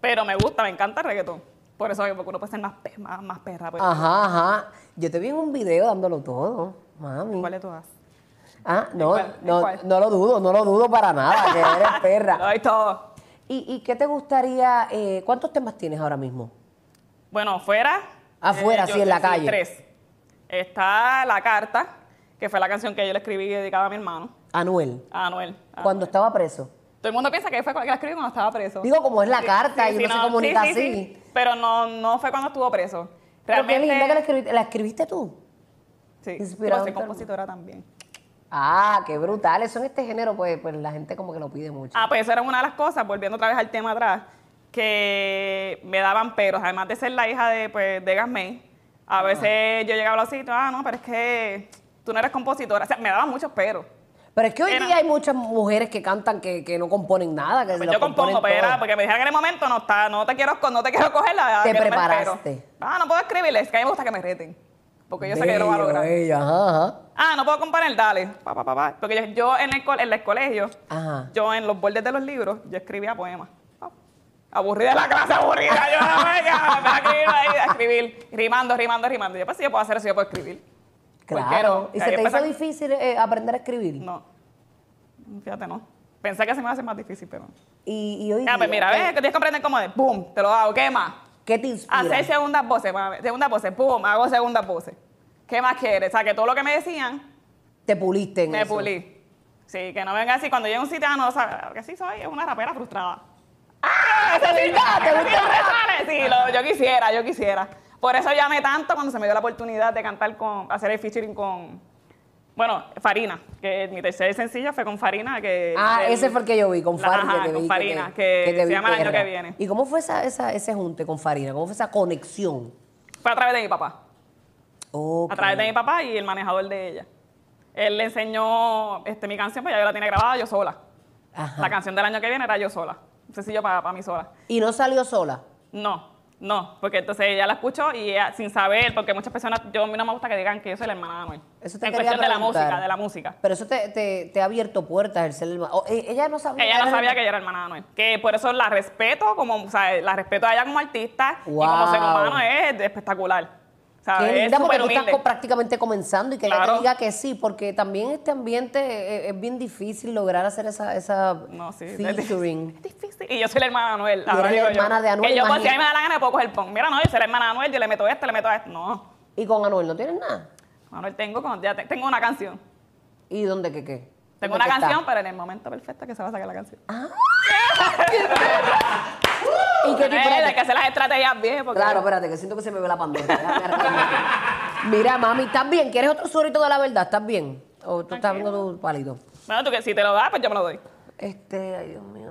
[SPEAKER 4] Pero me gusta, me encanta el reggaetón. Por eso mismo, porque uno puede ser más, pe- más, más perra. pues.
[SPEAKER 3] Ajá, ajá. Yo te vi en un video dándolo todo, mami.
[SPEAKER 4] ¿Cuál de todas?
[SPEAKER 3] Ah, no,
[SPEAKER 4] cuál? ¿En
[SPEAKER 3] no,
[SPEAKER 4] cuál?
[SPEAKER 3] no lo dudo, no lo dudo para nada, que eres
[SPEAKER 4] Lo
[SPEAKER 3] perra.
[SPEAKER 4] doy todo.
[SPEAKER 3] ¿Y, y qué te gustaría, eh, cuántos temas tienes ahora mismo?
[SPEAKER 4] Bueno, fuera.
[SPEAKER 3] Afuera, sí,
[SPEAKER 4] yo-
[SPEAKER 3] en la calle.
[SPEAKER 4] Tres. Está La Carta, que fue la canción que yo le escribí dedicada a mi hermano,
[SPEAKER 3] Anuel,
[SPEAKER 4] a Anuel. A
[SPEAKER 3] cuando
[SPEAKER 4] Anuel.
[SPEAKER 3] estaba preso.
[SPEAKER 4] Todo el mundo piensa que fue que la escribí cuando estaba preso.
[SPEAKER 3] Digo, como es la
[SPEAKER 4] Sí,
[SPEAKER 3] carta
[SPEAKER 4] sí,
[SPEAKER 3] y
[SPEAKER 4] sí,
[SPEAKER 3] uno se comunica
[SPEAKER 4] sí, sí,
[SPEAKER 3] así.
[SPEAKER 4] sí. pero no, no fue cuando estuvo preso.
[SPEAKER 3] Pero qué
[SPEAKER 4] Realmente,
[SPEAKER 3] linda que la escribiste, ¿la escribiste tú?
[SPEAKER 4] sí,
[SPEAKER 3] inspirado en todo el
[SPEAKER 4] tipo, soy
[SPEAKER 3] mundo.
[SPEAKER 4] compositora también.
[SPEAKER 3] Ah, qué brutal. Eso en este género, pues, pues la gente como que lo pide mucho.
[SPEAKER 4] Ah, pues eso era una de las cosas, volviendo otra vez al tema atrás, que me daban peros. Además de ser la hija de, pues, de Gasmé,
[SPEAKER 3] Ah.
[SPEAKER 4] a veces yo llegaba a los sitios, ah, no, pero es que tú no eres compositora. O sea, me daban muchos peros.
[SPEAKER 3] Pero es que hoy
[SPEAKER 4] era-
[SPEAKER 3] día hay muchas mujeres que cantan que, que no componen nada, que
[SPEAKER 4] Pues
[SPEAKER 3] lo
[SPEAKER 4] yo compongo,
[SPEAKER 3] componen
[SPEAKER 4] pero
[SPEAKER 3] todo.
[SPEAKER 4] era porque me dijeron en el momento, no está, no te quiero, co- no te quiero coger la
[SPEAKER 3] Te
[SPEAKER 4] que no me
[SPEAKER 3] preparaste.
[SPEAKER 4] espero. Ah, no puedo escribirle, es que a mí me gusta que me reten. Porque yo sé que yo lo voy a
[SPEAKER 3] Bello,
[SPEAKER 4] lograr.
[SPEAKER 3] bello, ajá, ajá.
[SPEAKER 4] Ah, no puedo componer, dale. Pa, pa, pa, pa. Porque yo, yo en el, col- en el colegio,
[SPEAKER 3] Ajá.
[SPEAKER 4] yo en los bordes de los libros, yo escribía poemas. Pa. Aburrida la clase, aburrida. Yo "Ah, venga, me voy a escribir ahí, a escribir. Rimando, rimando, rimando. Yo, pues sí, yo puedo hacer eso, yo puedo escribir. ¿Por qué
[SPEAKER 3] Claro.
[SPEAKER 4] no?
[SPEAKER 3] ¿Y
[SPEAKER 4] Ahí
[SPEAKER 3] se te hizo
[SPEAKER 4] empezó-
[SPEAKER 3] difícil eh, aprender a escribir?
[SPEAKER 4] No. Fíjate, no. Pensé que se me iba a hacer más difícil, pero.
[SPEAKER 3] Y, y hoy
[SPEAKER 4] Ah, pues
[SPEAKER 3] día,
[SPEAKER 4] mira,
[SPEAKER 3] ¿qué-
[SPEAKER 4] ves que tienes que aprender cómo es. ¡Bum! Te lo hago. ¿Qué más?
[SPEAKER 3] ¿Qué te inspira?
[SPEAKER 4] Hacer segundas voces, mami. Segundas voces. ¡Bum! Hago segundas voces. ¿Qué más quieres? O sea, que todo lo que me decían,
[SPEAKER 3] Te puliste en
[SPEAKER 4] Me
[SPEAKER 3] eso.
[SPEAKER 4] pulí. Sí, que no venga así. Cuando llega un sitio, ah, no, ¿sabes? Que sí soy, es una rapera frustrada. ¡Ah! ese sí,
[SPEAKER 3] gusta, te
[SPEAKER 4] ese
[SPEAKER 3] gusta
[SPEAKER 4] sí
[SPEAKER 3] el rap.
[SPEAKER 4] me sale. Sí, lo- yo quisiera, yo quisiera. Por eso llamé tanto cuando se me dio la oportunidad de cantar con, hacer el featuring con, bueno, Farina, que mi tercer sencillo fue con Farina, que...
[SPEAKER 3] Ah,
[SPEAKER 4] del-
[SPEAKER 3] ese fue el que yo vi, con
[SPEAKER 4] La-
[SPEAKER 3] Farina.
[SPEAKER 4] ajá,
[SPEAKER 3] que te
[SPEAKER 4] con
[SPEAKER 3] vi,
[SPEAKER 4] Farina,
[SPEAKER 3] te-
[SPEAKER 4] que
[SPEAKER 3] te
[SPEAKER 4] se
[SPEAKER 3] vi
[SPEAKER 4] llama el año
[SPEAKER 3] perra.
[SPEAKER 4] que viene.
[SPEAKER 3] ¿Y cómo fue esa, esa- ese junte con Farina? ¿Cómo fue esa conexión?
[SPEAKER 4] Fue a través de mi papá.
[SPEAKER 3] Ok.
[SPEAKER 4] a través de mi papá y el manejador de ella. Él le enseñó este, mi canción, pues ya yo la tenía grabada yo sola.
[SPEAKER 3] Ajá.
[SPEAKER 4] La canción del año que viene era yo sola. Un sencillo para, para mí sola.
[SPEAKER 3] ¿Y no salió sola?
[SPEAKER 4] No, no, porque entonces ella la escuchó y ella, sin saber, porque muchas personas, yo a mí no me gusta que digan que yo soy la hermana de Anuel.
[SPEAKER 3] Eso te
[SPEAKER 4] en
[SPEAKER 3] quería
[SPEAKER 4] cuestión de la
[SPEAKER 3] preguntar.
[SPEAKER 4] música, de la música.
[SPEAKER 3] Pero eso te, te- te ha abierto puertas el ser el ma- o, eh, ella no sabía.
[SPEAKER 4] Ella no
[SPEAKER 3] era-
[SPEAKER 4] sabía que yo era hermana de Anuel. Que por eso la respeto, como, o sea, la respeto a ella como artista y como
[SPEAKER 3] Wow.
[SPEAKER 4] ser humano es espectacular. ¿sabes?
[SPEAKER 3] Qué linda,
[SPEAKER 4] Ah, es
[SPEAKER 3] porque
[SPEAKER 4] súper
[SPEAKER 3] tú estás
[SPEAKER 4] humilde.
[SPEAKER 3] co- prácticamente comenzando y que ella
[SPEAKER 4] Claro.
[SPEAKER 3] te diga que sí, porque también este ambiente eh, es, bien difícil lograr hacer esa, esa
[SPEAKER 4] No, sí. es difícil,
[SPEAKER 3] featuring.
[SPEAKER 4] Es difícil. Y yo soy la hermana de Anuel.
[SPEAKER 3] Y
[SPEAKER 4] ahora
[SPEAKER 3] eres la
[SPEAKER 4] digo yo.
[SPEAKER 3] hermana de Anuel,
[SPEAKER 4] Que yo, pues, si a
[SPEAKER 3] imagínate.
[SPEAKER 4] mí me da la gana, puedo coger pon. Mira, no, yo soy la hermana de Anuel, yo le meto esto, le meto esto. No,
[SPEAKER 3] Y con Anuel no tienes nada.
[SPEAKER 4] Anuel tengo, con- ya te- tengo una canción.
[SPEAKER 3] ¿Y dónde que qué?
[SPEAKER 4] Tengo
[SPEAKER 3] ¿Dónde
[SPEAKER 4] una
[SPEAKER 3] que está? Ah,
[SPEAKER 4] canción, pero en el momento perfecto que se va a sacar la canción.
[SPEAKER 3] ¿Y qué
[SPEAKER 4] Eh,
[SPEAKER 3] tipo
[SPEAKER 4] hay que hacer las estrategias bien, porque
[SPEAKER 3] Claro, espérate, que siento que se me ve la pandora. Déjame arreglarme. Mira, mami, ¿estás bien? ¿Quieres otro suerito de la verdad? ¿Estás bien? ¿O tú estás viendo tu palito?
[SPEAKER 4] bueno, tú que si te lo das, pues yo me lo doy.
[SPEAKER 3] Este, ay, Dios mío.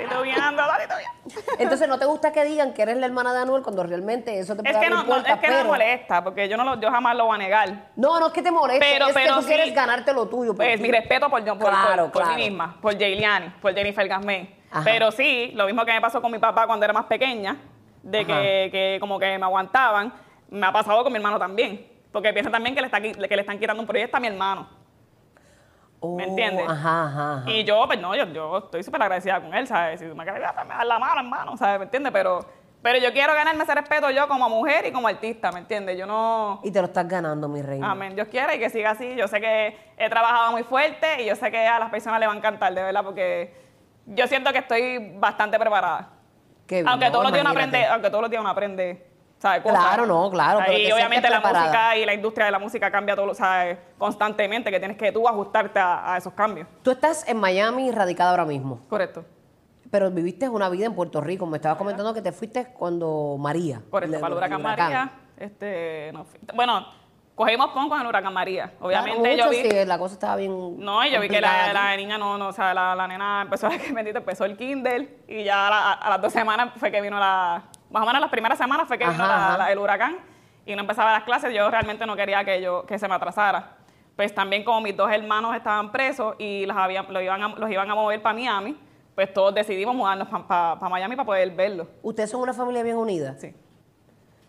[SPEAKER 4] Estoy viendo, dale, estoy viendo.
[SPEAKER 3] Entonces, ¿no te gusta que digan que eres la hermana de Anuel cuando realmente eso te puede
[SPEAKER 4] Es que
[SPEAKER 3] abrir
[SPEAKER 4] no, no,
[SPEAKER 3] puertas,
[SPEAKER 4] es que no me
[SPEAKER 3] pero-
[SPEAKER 4] molesta, porque yo no lo, yo jamás lo voy a negar.
[SPEAKER 3] No, no es que te moleste,
[SPEAKER 4] Pero-
[SPEAKER 3] es
[SPEAKER 4] pero
[SPEAKER 3] que tú
[SPEAKER 4] sí.
[SPEAKER 3] quieres ganarte lo tuyo. por
[SPEAKER 4] Pues
[SPEAKER 3] ti.
[SPEAKER 4] mi respeto por, John, por,
[SPEAKER 3] Claro,
[SPEAKER 4] por, por
[SPEAKER 3] claro.
[SPEAKER 4] mí misma, por Jailiani, por Jennifer Gasmé.
[SPEAKER 3] Ajá.
[SPEAKER 4] Pero sí, lo mismo que me pasó con mi papá cuando era más pequeña, de
[SPEAKER 3] Ajá.
[SPEAKER 4] que, que como que me aguantaban, me ha pasado con mi hermano también. Porque piensa también que le, está, qui- que le están quitando un proyecto a mi hermano.
[SPEAKER 3] Oh,
[SPEAKER 4] ¿me entiendes?
[SPEAKER 3] Ajá, ajá, ajá.
[SPEAKER 4] Y yo, pues no, yo, yo estoy súper agradecida con él, ¿sabes? Si tú me quieres dar me das la mano, hermano, ¿sabes? ¿Me entiendes? Pero, pero yo quiero ganarme ese respeto yo como mujer y como artista, ¿me entiendes? Yo no...
[SPEAKER 3] Y te lo estás ganando, mi reina.
[SPEAKER 4] Amén, Dios quiera y que siga así. Yo sé que he trabajado muy fuerte y yo sé que a las personas le va a encantar, de verdad, porque yo siento que estoy bastante preparada.
[SPEAKER 3] Qué bien,
[SPEAKER 4] aunque,
[SPEAKER 3] no,
[SPEAKER 4] todos los días uno
[SPEAKER 3] imagínate.
[SPEAKER 4] aprende, aunque todos los días uno aprende, ¿sabes?
[SPEAKER 3] Claro, no, claro, pero que
[SPEAKER 4] Y
[SPEAKER 3] siempre
[SPEAKER 4] obviamente la
[SPEAKER 3] preparada.
[SPEAKER 4] música y la industria de la música cambia todo, lo- ¿sabes? Constantemente, que tienes que tú ajustarte a, a esos cambios.
[SPEAKER 3] Tú estás en Miami radicada ahora mismo,
[SPEAKER 4] Correcto.
[SPEAKER 3] pero viviste una vida en Puerto Rico. Me estabas comentando que te fuiste cuando María.
[SPEAKER 4] Correcto,
[SPEAKER 3] le-
[SPEAKER 4] para el huracán, María. Este, no fui- bueno, cogimos pon con el huracán María.
[SPEAKER 3] Claro,
[SPEAKER 4] Obviamente yo
[SPEAKER 3] mucho,
[SPEAKER 4] vi...
[SPEAKER 3] sí, la cosa estaba bien.
[SPEAKER 4] No, y yo vi que la,
[SPEAKER 3] complicada.
[SPEAKER 4] la niña no, no, o sea, la, la nena empezó a que bendito, empezó el kinder y ya a, la- a las dos semanas fue que vino la, más o menos las primeras semanas fue que vino
[SPEAKER 3] Ajá,
[SPEAKER 4] la-
[SPEAKER 3] ajá.
[SPEAKER 4] la- el huracán y no empezaba las clases, yo realmente no quería que yo, que se me atrasara. Pues también como mis dos hermanos estaban presos y los, habían, los, iban, a, los iban a mover para Miami, pues todos decidimos mudarnos para Miami para poder verlo.
[SPEAKER 3] Ustedes son una familia bien unida.
[SPEAKER 4] Sí.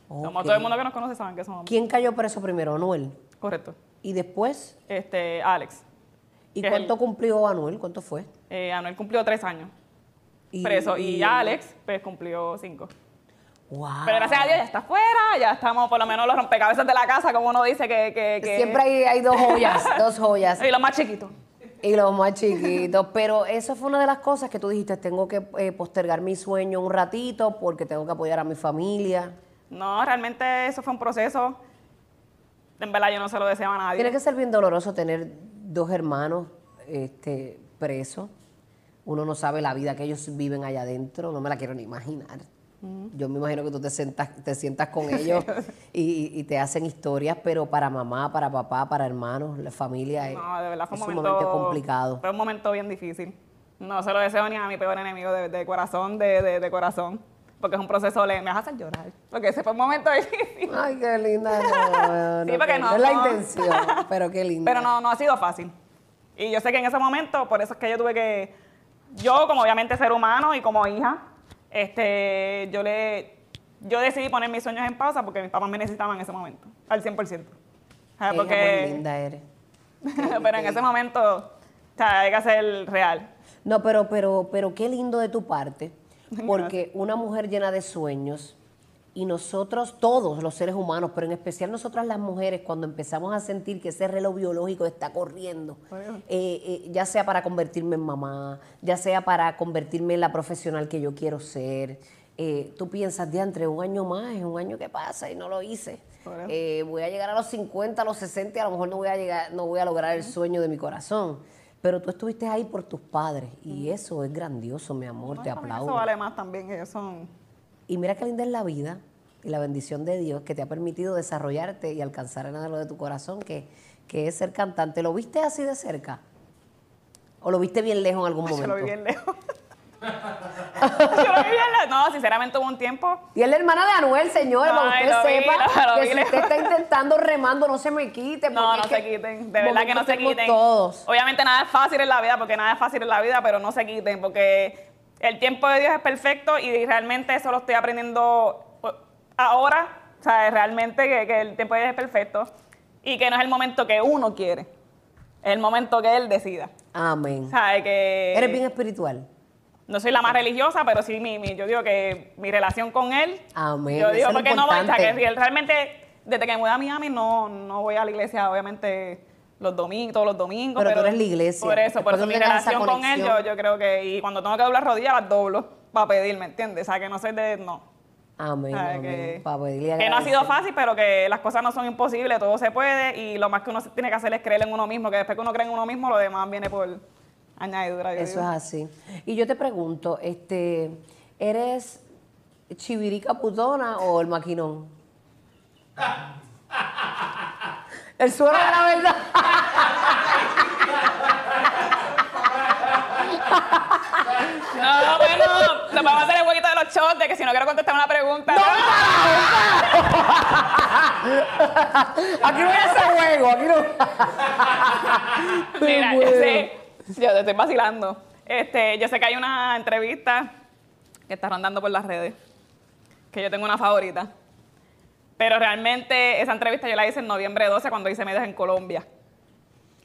[SPEAKER 3] Ok.
[SPEAKER 4] Como todo el mundo que nos conoce saben que somos
[SPEAKER 3] ¿Quién cayó preso primero, Anuel?
[SPEAKER 4] correcto.
[SPEAKER 3] Y después,
[SPEAKER 4] Este, Alex.
[SPEAKER 3] ¿y
[SPEAKER 4] Que es
[SPEAKER 3] cuánto
[SPEAKER 4] el-
[SPEAKER 3] cumplió Anuel? ¿Cuánto fue?
[SPEAKER 4] Eh, Anuel cumplió tres años
[SPEAKER 3] Y-
[SPEAKER 4] preso y, Alex pues cumplió cinco.
[SPEAKER 3] Wow.
[SPEAKER 4] Pero gracias a Dios ya está afuera, ya estamos por lo menos los rompecabezas de la casa, como uno dice que... que- que-
[SPEAKER 3] Siempre hay, hay dos joyas, dos joyas.
[SPEAKER 4] Y los más chiquitos.
[SPEAKER 3] Y los más chiquitos. Pero eso fue una de las cosas que tú dijiste, tengo que eh, postergar mi sueño un ratito porque tengo que apoyar a mi familia.
[SPEAKER 4] No, realmente eso fue un proceso. En verdad yo no se lo deseaba a nadie.
[SPEAKER 3] Tiene que ser bien doloroso tener dos hermanos este, presos. Uno no sabe la vida que ellos viven allá adentro, no me la quiero ni imaginar. Yo me imagino que tú te sientas, te sientas con ellos y, y te hacen historias, pero para mamá, para papá, para hermanos, la familia es,
[SPEAKER 4] No, de verdad fue
[SPEAKER 3] es
[SPEAKER 4] un momento,
[SPEAKER 3] sumamente complicado.
[SPEAKER 4] Fue un momento bien difícil. No se lo deseo ni a mi peor enemigo de, de corazón, de, de- de corazón. Porque es un proceso, le, me vas a hacer llorar. Porque ese fue un momento difícil.
[SPEAKER 3] Ay, qué linda. No,
[SPEAKER 4] Sí,
[SPEAKER 3] no,
[SPEAKER 4] porque
[SPEAKER 3] que-
[SPEAKER 4] no,
[SPEAKER 3] es la
[SPEAKER 4] no.
[SPEAKER 3] intención, pero qué linda.
[SPEAKER 4] Pero no, no ha sido fácil. Y yo sé que en ese momento, por eso es que yo tuve que. Yo, como obviamente ser humano y como hija, este, yo le. Yo decidí poner mis sueños en pausa porque mis papás me necesitaban en ese momento, al 100%.
[SPEAKER 3] Qué
[SPEAKER 4] ¿Sabes?
[SPEAKER 3] hija
[SPEAKER 4] Ah, Porque-
[SPEAKER 3] muy linda eres.
[SPEAKER 4] pero en ese momento, o sea, hay que ser real.
[SPEAKER 3] No, pero, pero, pero qué lindo de tu parte, porque una mujer llena de sueños y nosotros, todos los seres humanos, pero en especial nosotras las mujeres, cuando empezamos a sentir que ese reloj biológico está corriendo, eh, eh, ya sea para convertirme en mamá, ya sea para convertirme en la profesional que yo quiero ser, eh, tú piensas, diantre, un año más, es un año que pasa y no lo hice.
[SPEAKER 4] Claro.
[SPEAKER 3] Eh, voy a llegar a los 50, a los 60, y a lo mejor no voy a llegar, no voy a lograr el sueño de mi corazón. Pero tú estuviste ahí por tus padres y eso es grandioso, mi amor, te
[SPEAKER 4] Para mí
[SPEAKER 3] aplaudo.
[SPEAKER 4] Eso vale más también, ellos son.
[SPEAKER 3] Y mira qué linda es la vida y la bendición de Dios que te ha permitido desarrollarte y alcanzar en lo de tu corazón, que, que es ser cantante. ¿Lo viste así de cerca? ¿O lo viste bien lejos en algún
[SPEAKER 4] Yo
[SPEAKER 3] momento?
[SPEAKER 4] lo vi bien lejos. yo lo vi bien lejos. No, sinceramente hubo un tiempo.
[SPEAKER 3] Y es la hermana de Anuel, señor, para que
[SPEAKER 4] Ay,
[SPEAKER 3] usted
[SPEAKER 4] lo vi,
[SPEAKER 3] sepa
[SPEAKER 4] lo- lo
[SPEAKER 3] que
[SPEAKER 4] vi
[SPEAKER 3] si
[SPEAKER 4] lejos.
[SPEAKER 3] usted está intentando remando, no se me quite.
[SPEAKER 4] No,
[SPEAKER 3] porque
[SPEAKER 4] no
[SPEAKER 3] es
[SPEAKER 4] se
[SPEAKER 3] que
[SPEAKER 4] quiten. De verdad que no
[SPEAKER 3] momentos
[SPEAKER 4] se
[SPEAKER 3] tenemos
[SPEAKER 4] quiten.
[SPEAKER 3] Todos.
[SPEAKER 4] Obviamente nada es fácil en la vida, porque nada es fácil en la vida, pero no se quiten, porque el tiempo de Dios es perfecto y realmente eso lo estoy aprendiendo pues, ahora. O sea, realmente que, que el tiempo de Dios es perfecto y que no es el momento que uno quiere, es el momento que él decida.
[SPEAKER 3] Amén.
[SPEAKER 4] O sea, que...
[SPEAKER 3] Eres bien espiritual.
[SPEAKER 4] No soy la más religiosa, pero sí, mi, mi- yo digo que mi relación con él.
[SPEAKER 3] Amén,
[SPEAKER 4] Yo
[SPEAKER 3] eso
[SPEAKER 4] digo,
[SPEAKER 3] es lo
[SPEAKER 4] porque no voy a
[SPEAKER 3] importante.
[SPEAKER 4] que él realmente, desde que me mudé a Miami, no, no voy a la iglesia, obviamente, los domingos, todos los domingos.
[SPEAKER 3] Pero tú eres la iglesia,
[SPEAKER 4] Por eso,
[SPEAKER 3] después
[SPEAKER 4] por eso
[SPEAKER 3] no
[SPEAKER 4] mi
[SPEAKER 3] tengas esa
[SPEAKER 4] relación con él, yo,
[SPEAKER 3] conexión.
[SPEAKER 4] yo creo que. Y cuando tengo que doblar rodillas, las doblo para pedir, ¿me entiendes? O sea, que no soy de. No.
[SPEAKER 3] Amén.
[SPEAKER 4] O sea,
[SPEAKER 3] amén.
[SPEAKER 4] que,
[SPEAKER 3] Para pedirle
[SPEAKER 4] que no ha sido
[SPEAKER 3] agradecer.
[SPEAKER 4] fácil, pero que las cosas no son imposibles, todo se puede y lo más que uno tiene que hacer es creer en uno mismo, que después que uno cree en uno mismo, lo demás viene por añadidura. yo
[SPEAKER 3] Eso
[SPEAKER 4] digo.
[SPEAKER 3] es así. Y yo te pregunto, este, ¿eres chivirica putona o el maquinón? el suelo de la verdad.
[SPEAKER 4] No, bueno, nos vamos a hacer el huequito de los shots de que si no quiero contestar una pregunta.
[SPEAKER 3] Aquí no es ese juego, aquí no.
[SPEAKER 4] Mira,
[SPEAKER 3] Bueno.
[SPEAKER 4] yo sé, yo te estoy vacilando. Este, yo sé que hay una entrevista que está rondando por las redes, que yo tengo una favorita. Pero realmente esa entrevista yo la hice en noviembre 12 cuando hice medias en Colombia.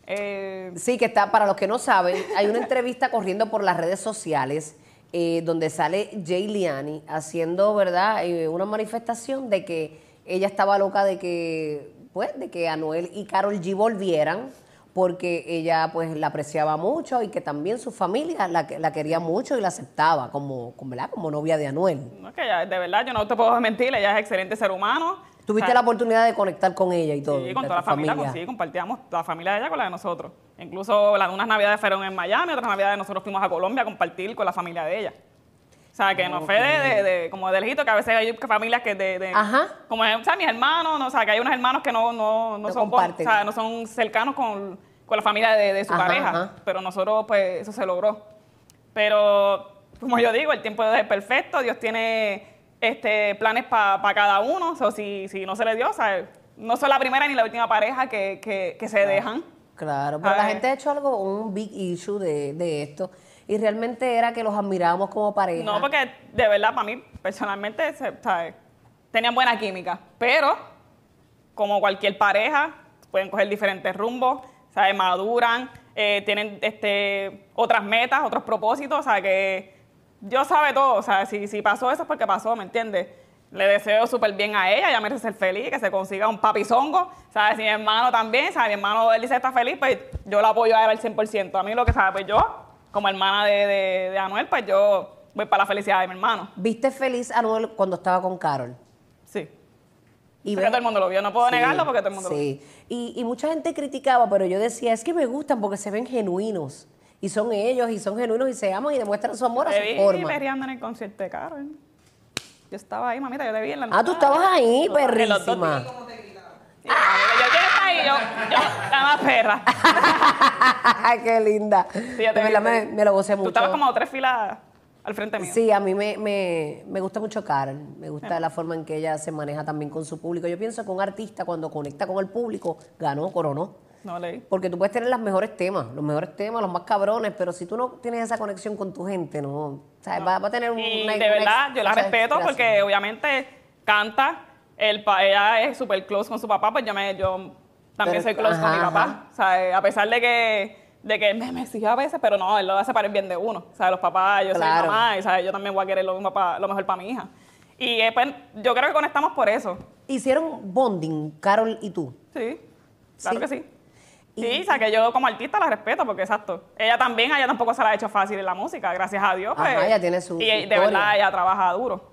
[SPEAKER 4] Eh,
[SPEAKER 3] Sí, que está, para los que no saben, hay una entrevista corriendo por las redes sociales eh, donde sale Jay Liani haciendo, ¿verdad?, Eh, una manifestación de que ella estaba loca de que, pues, de que Anuel y Carol G volvieran porque ella, pues, la apreciaba mucho y que también su familia la, que- la quería mucho y la aceptaba como, como, ¿verdad? como novia de Anuel.
[SPEAKER 4] no, que ella, de verdad, yo no te puedo mentir, ella es excelente ser humano.
[SPEAKER 3] Tuviste
[SPEAKER 4] O sea,
[SPEAKER 3] la oportunidad de conectar con ella y todo.
[SPEAKER 4] Ah. Sí,
[SPEAKER 3] y
[SPEAKER 4] con
[SPEAKER 3] de
[SPEAKER 4] toda la
[SPEAKER 3] tu
[SPEAKER 4] familia, con- sí, compartíamos la familia de ella con la de nosotros. Incluso las unas navidades fueron en Miami, otras navidades nosotros fuimos a Colombia a compartir con la familia de ella. O sea, que no fue de, de- de- como de lejito, que a veces hay familias que de... de-
[SPEAKER 3] Ajá.
[SPEAKER 4] Como, o sea, mis hermanos, no, o sea, que hay unos hermanos que no, no, no
[SPEAKER 3] No
[SPEAKER 4] son,
[SPEAKER 3] comparten.
[SPEAKER 4] o sea, no son cercanos con, con la familia de, de su
[SPEAKER 3] Ajá,
[SPEAKER 4] pareja.
[SPEAKER 3] ajá.
[SPEAKER 4] Pero nosotros, pues, eso se logró. Pero, como yo digo, el tiempo de Dios es perfecto. Dios tiene este, planes para cada uno. O sea, si, si no se le dio, o sea, no soy la primera ni la última pareja que, que- que se dejan.
[SPEAKER 3] Claro, pero la
[SPEAKER 4] Ay.
[SPEAKER 3] gente ha hecho algo, un big issue de, de esto. Y realmente era que los admirábamos como pareja.
[SPEAKER 4] No, porque de verdad, para mí, personalmente, se- o sea, tenían buena química. Pero, como cualquier pareja, pueden coger diferentes rumbos, ¿sabes? maduran, eh, tienen este, otras metas, otros propósitos, o sea, que Dios sabe todo, o sea, si, si pasó eso es porque pasó, ¿me entiendes? Le deseo súper bien a ella, ella merece ser feliz, que se consiga un papizongo, ¿sabes? Si mi hermano también, ¿sabes? Mi hermano, él dice está feliz, pues yo lo apoyo a él al 100%. A mí lo que sabe, pues yo, como hermana de, de, de Anuel, pues yo voy para la felicidad de mi hermano.
[SPEAKER 3] ¿Viste feliz a Noel cuando estaba con Carol?
[SPEAKER 4] Sí.
[SPEAKER 3] Y
[SPEAKER 4] Porque
[SPEAKER 3] ve-
[SPEAKER 4] todo el mundo lo vio, no puedo
[SPEAKER 3] Sí,
[SPEAKER 4] negarlo porque todo el mundo lo vio.
[SPEAKER 3] Sí, y, y mucha gente criticaba, pero yo decía, es que me gustan porque se ven genuinos. Y son ellos, y son genuinos, y se aman y demuestran su amor a
[SPEAKER 4] Te
[SPEAKER 3] su
[SPEAKER 4] vi
[SPEAKER 3] forma.
[SPEAKER 4] perreando en el concierto de Carol. Yo estaba ahí, mamita, yo te vi en la
[SPEAKER 3] Ah, tú estabas ahí,
[SPEAKER 4] En los dos
[SPEAKER 3] perrísima.
[SPEAKER 4] Sí, mamita, Yo quiero estar ahí, yo, yo, la más perra.
[SPEAKER 3] Qué linda.
[SPEAKER 4] Sí,
[SPEAKER 3] De
[SPEAKER 4] yo te vi
[SPEAKER 3] verdad me,
[SPEAKER 4] feliz.
[SPEAKER 3] me lo gocé
[SPEAKER 4] Tú
[SPEAKER 3] mucho.
[SPEAKER 4] estabas como tres filas al frente mío.
[SPEAKER 3] Sí, a mí me, me, me gusta mucho Carol. Me
[SPEAKER 4] Ah.
[SPEAKER 3] gusta la forma en que ella se maneja también con su público. Yo pienso que un artista cuando conecta con el público, ganó, coronó.
[SPEAKER 4] No leí.
[SPEAKER 3] Porque tú puedes tener los mejores temas, los mejores temas, los más cabrones, pero si tú no tienes esa conexión con tu gente, no. O sea, Va, va a tener un- una.
[SPEAKER 4] Y
[SPEAKER 3] una
[SPEAKER 4] de verdad, yo la
[SPEAKER 3] cosa de
[SPEAKER 4] respeto porque
[SPEAKER 3] inspiración.
[SPEAKER 4] obviamente canta, el pa- ella es súper close con su papá, pues yo, me, yo
[SPEAKER 3] Pero-
[SPEAKER 4] también soy close con mi
[SPEAKER 3] ajá,
[SPEAKER 4] papá. O sea, eh, a pesar de que, de que él me, me exige a veces, pero no, él lo hace para el bien de uno. O sea, los papás, yo
[SPEAKER 3] Claro.
[SPEAKER 4] soy mamá, y ¿sabes? yo también voy a querer lo, mismo pa- lo mejor para mi hija. Y eh, pues, yo creo que conectamos por eso,
[SPEAKER 3] Hicieron bonding, Carol y tú.
[SPEAKER 4] sí, claro
[SPEAKER 3] Sí.
[SPEAKER 4] que sí.
[SPEAKER 3] Y-
[SPEAKER 4] Sí, o sea, que yo como artista la respeto, porque exacto. Ella también, a ella tampoco se la ha hecho fácil en la música, gracias a Dios.
[SPEAKER 3] Ajá,
[SPEAKER 4] pues,
[SPEAKER 3] ella tiene su-
[SPEAKER 4] Y
[SPEAKER 3] su
[SPEAKER 4] eh, de
[SPEAKER 3] historia.
[SPEAKER 4] verdad, ella trabaja duro.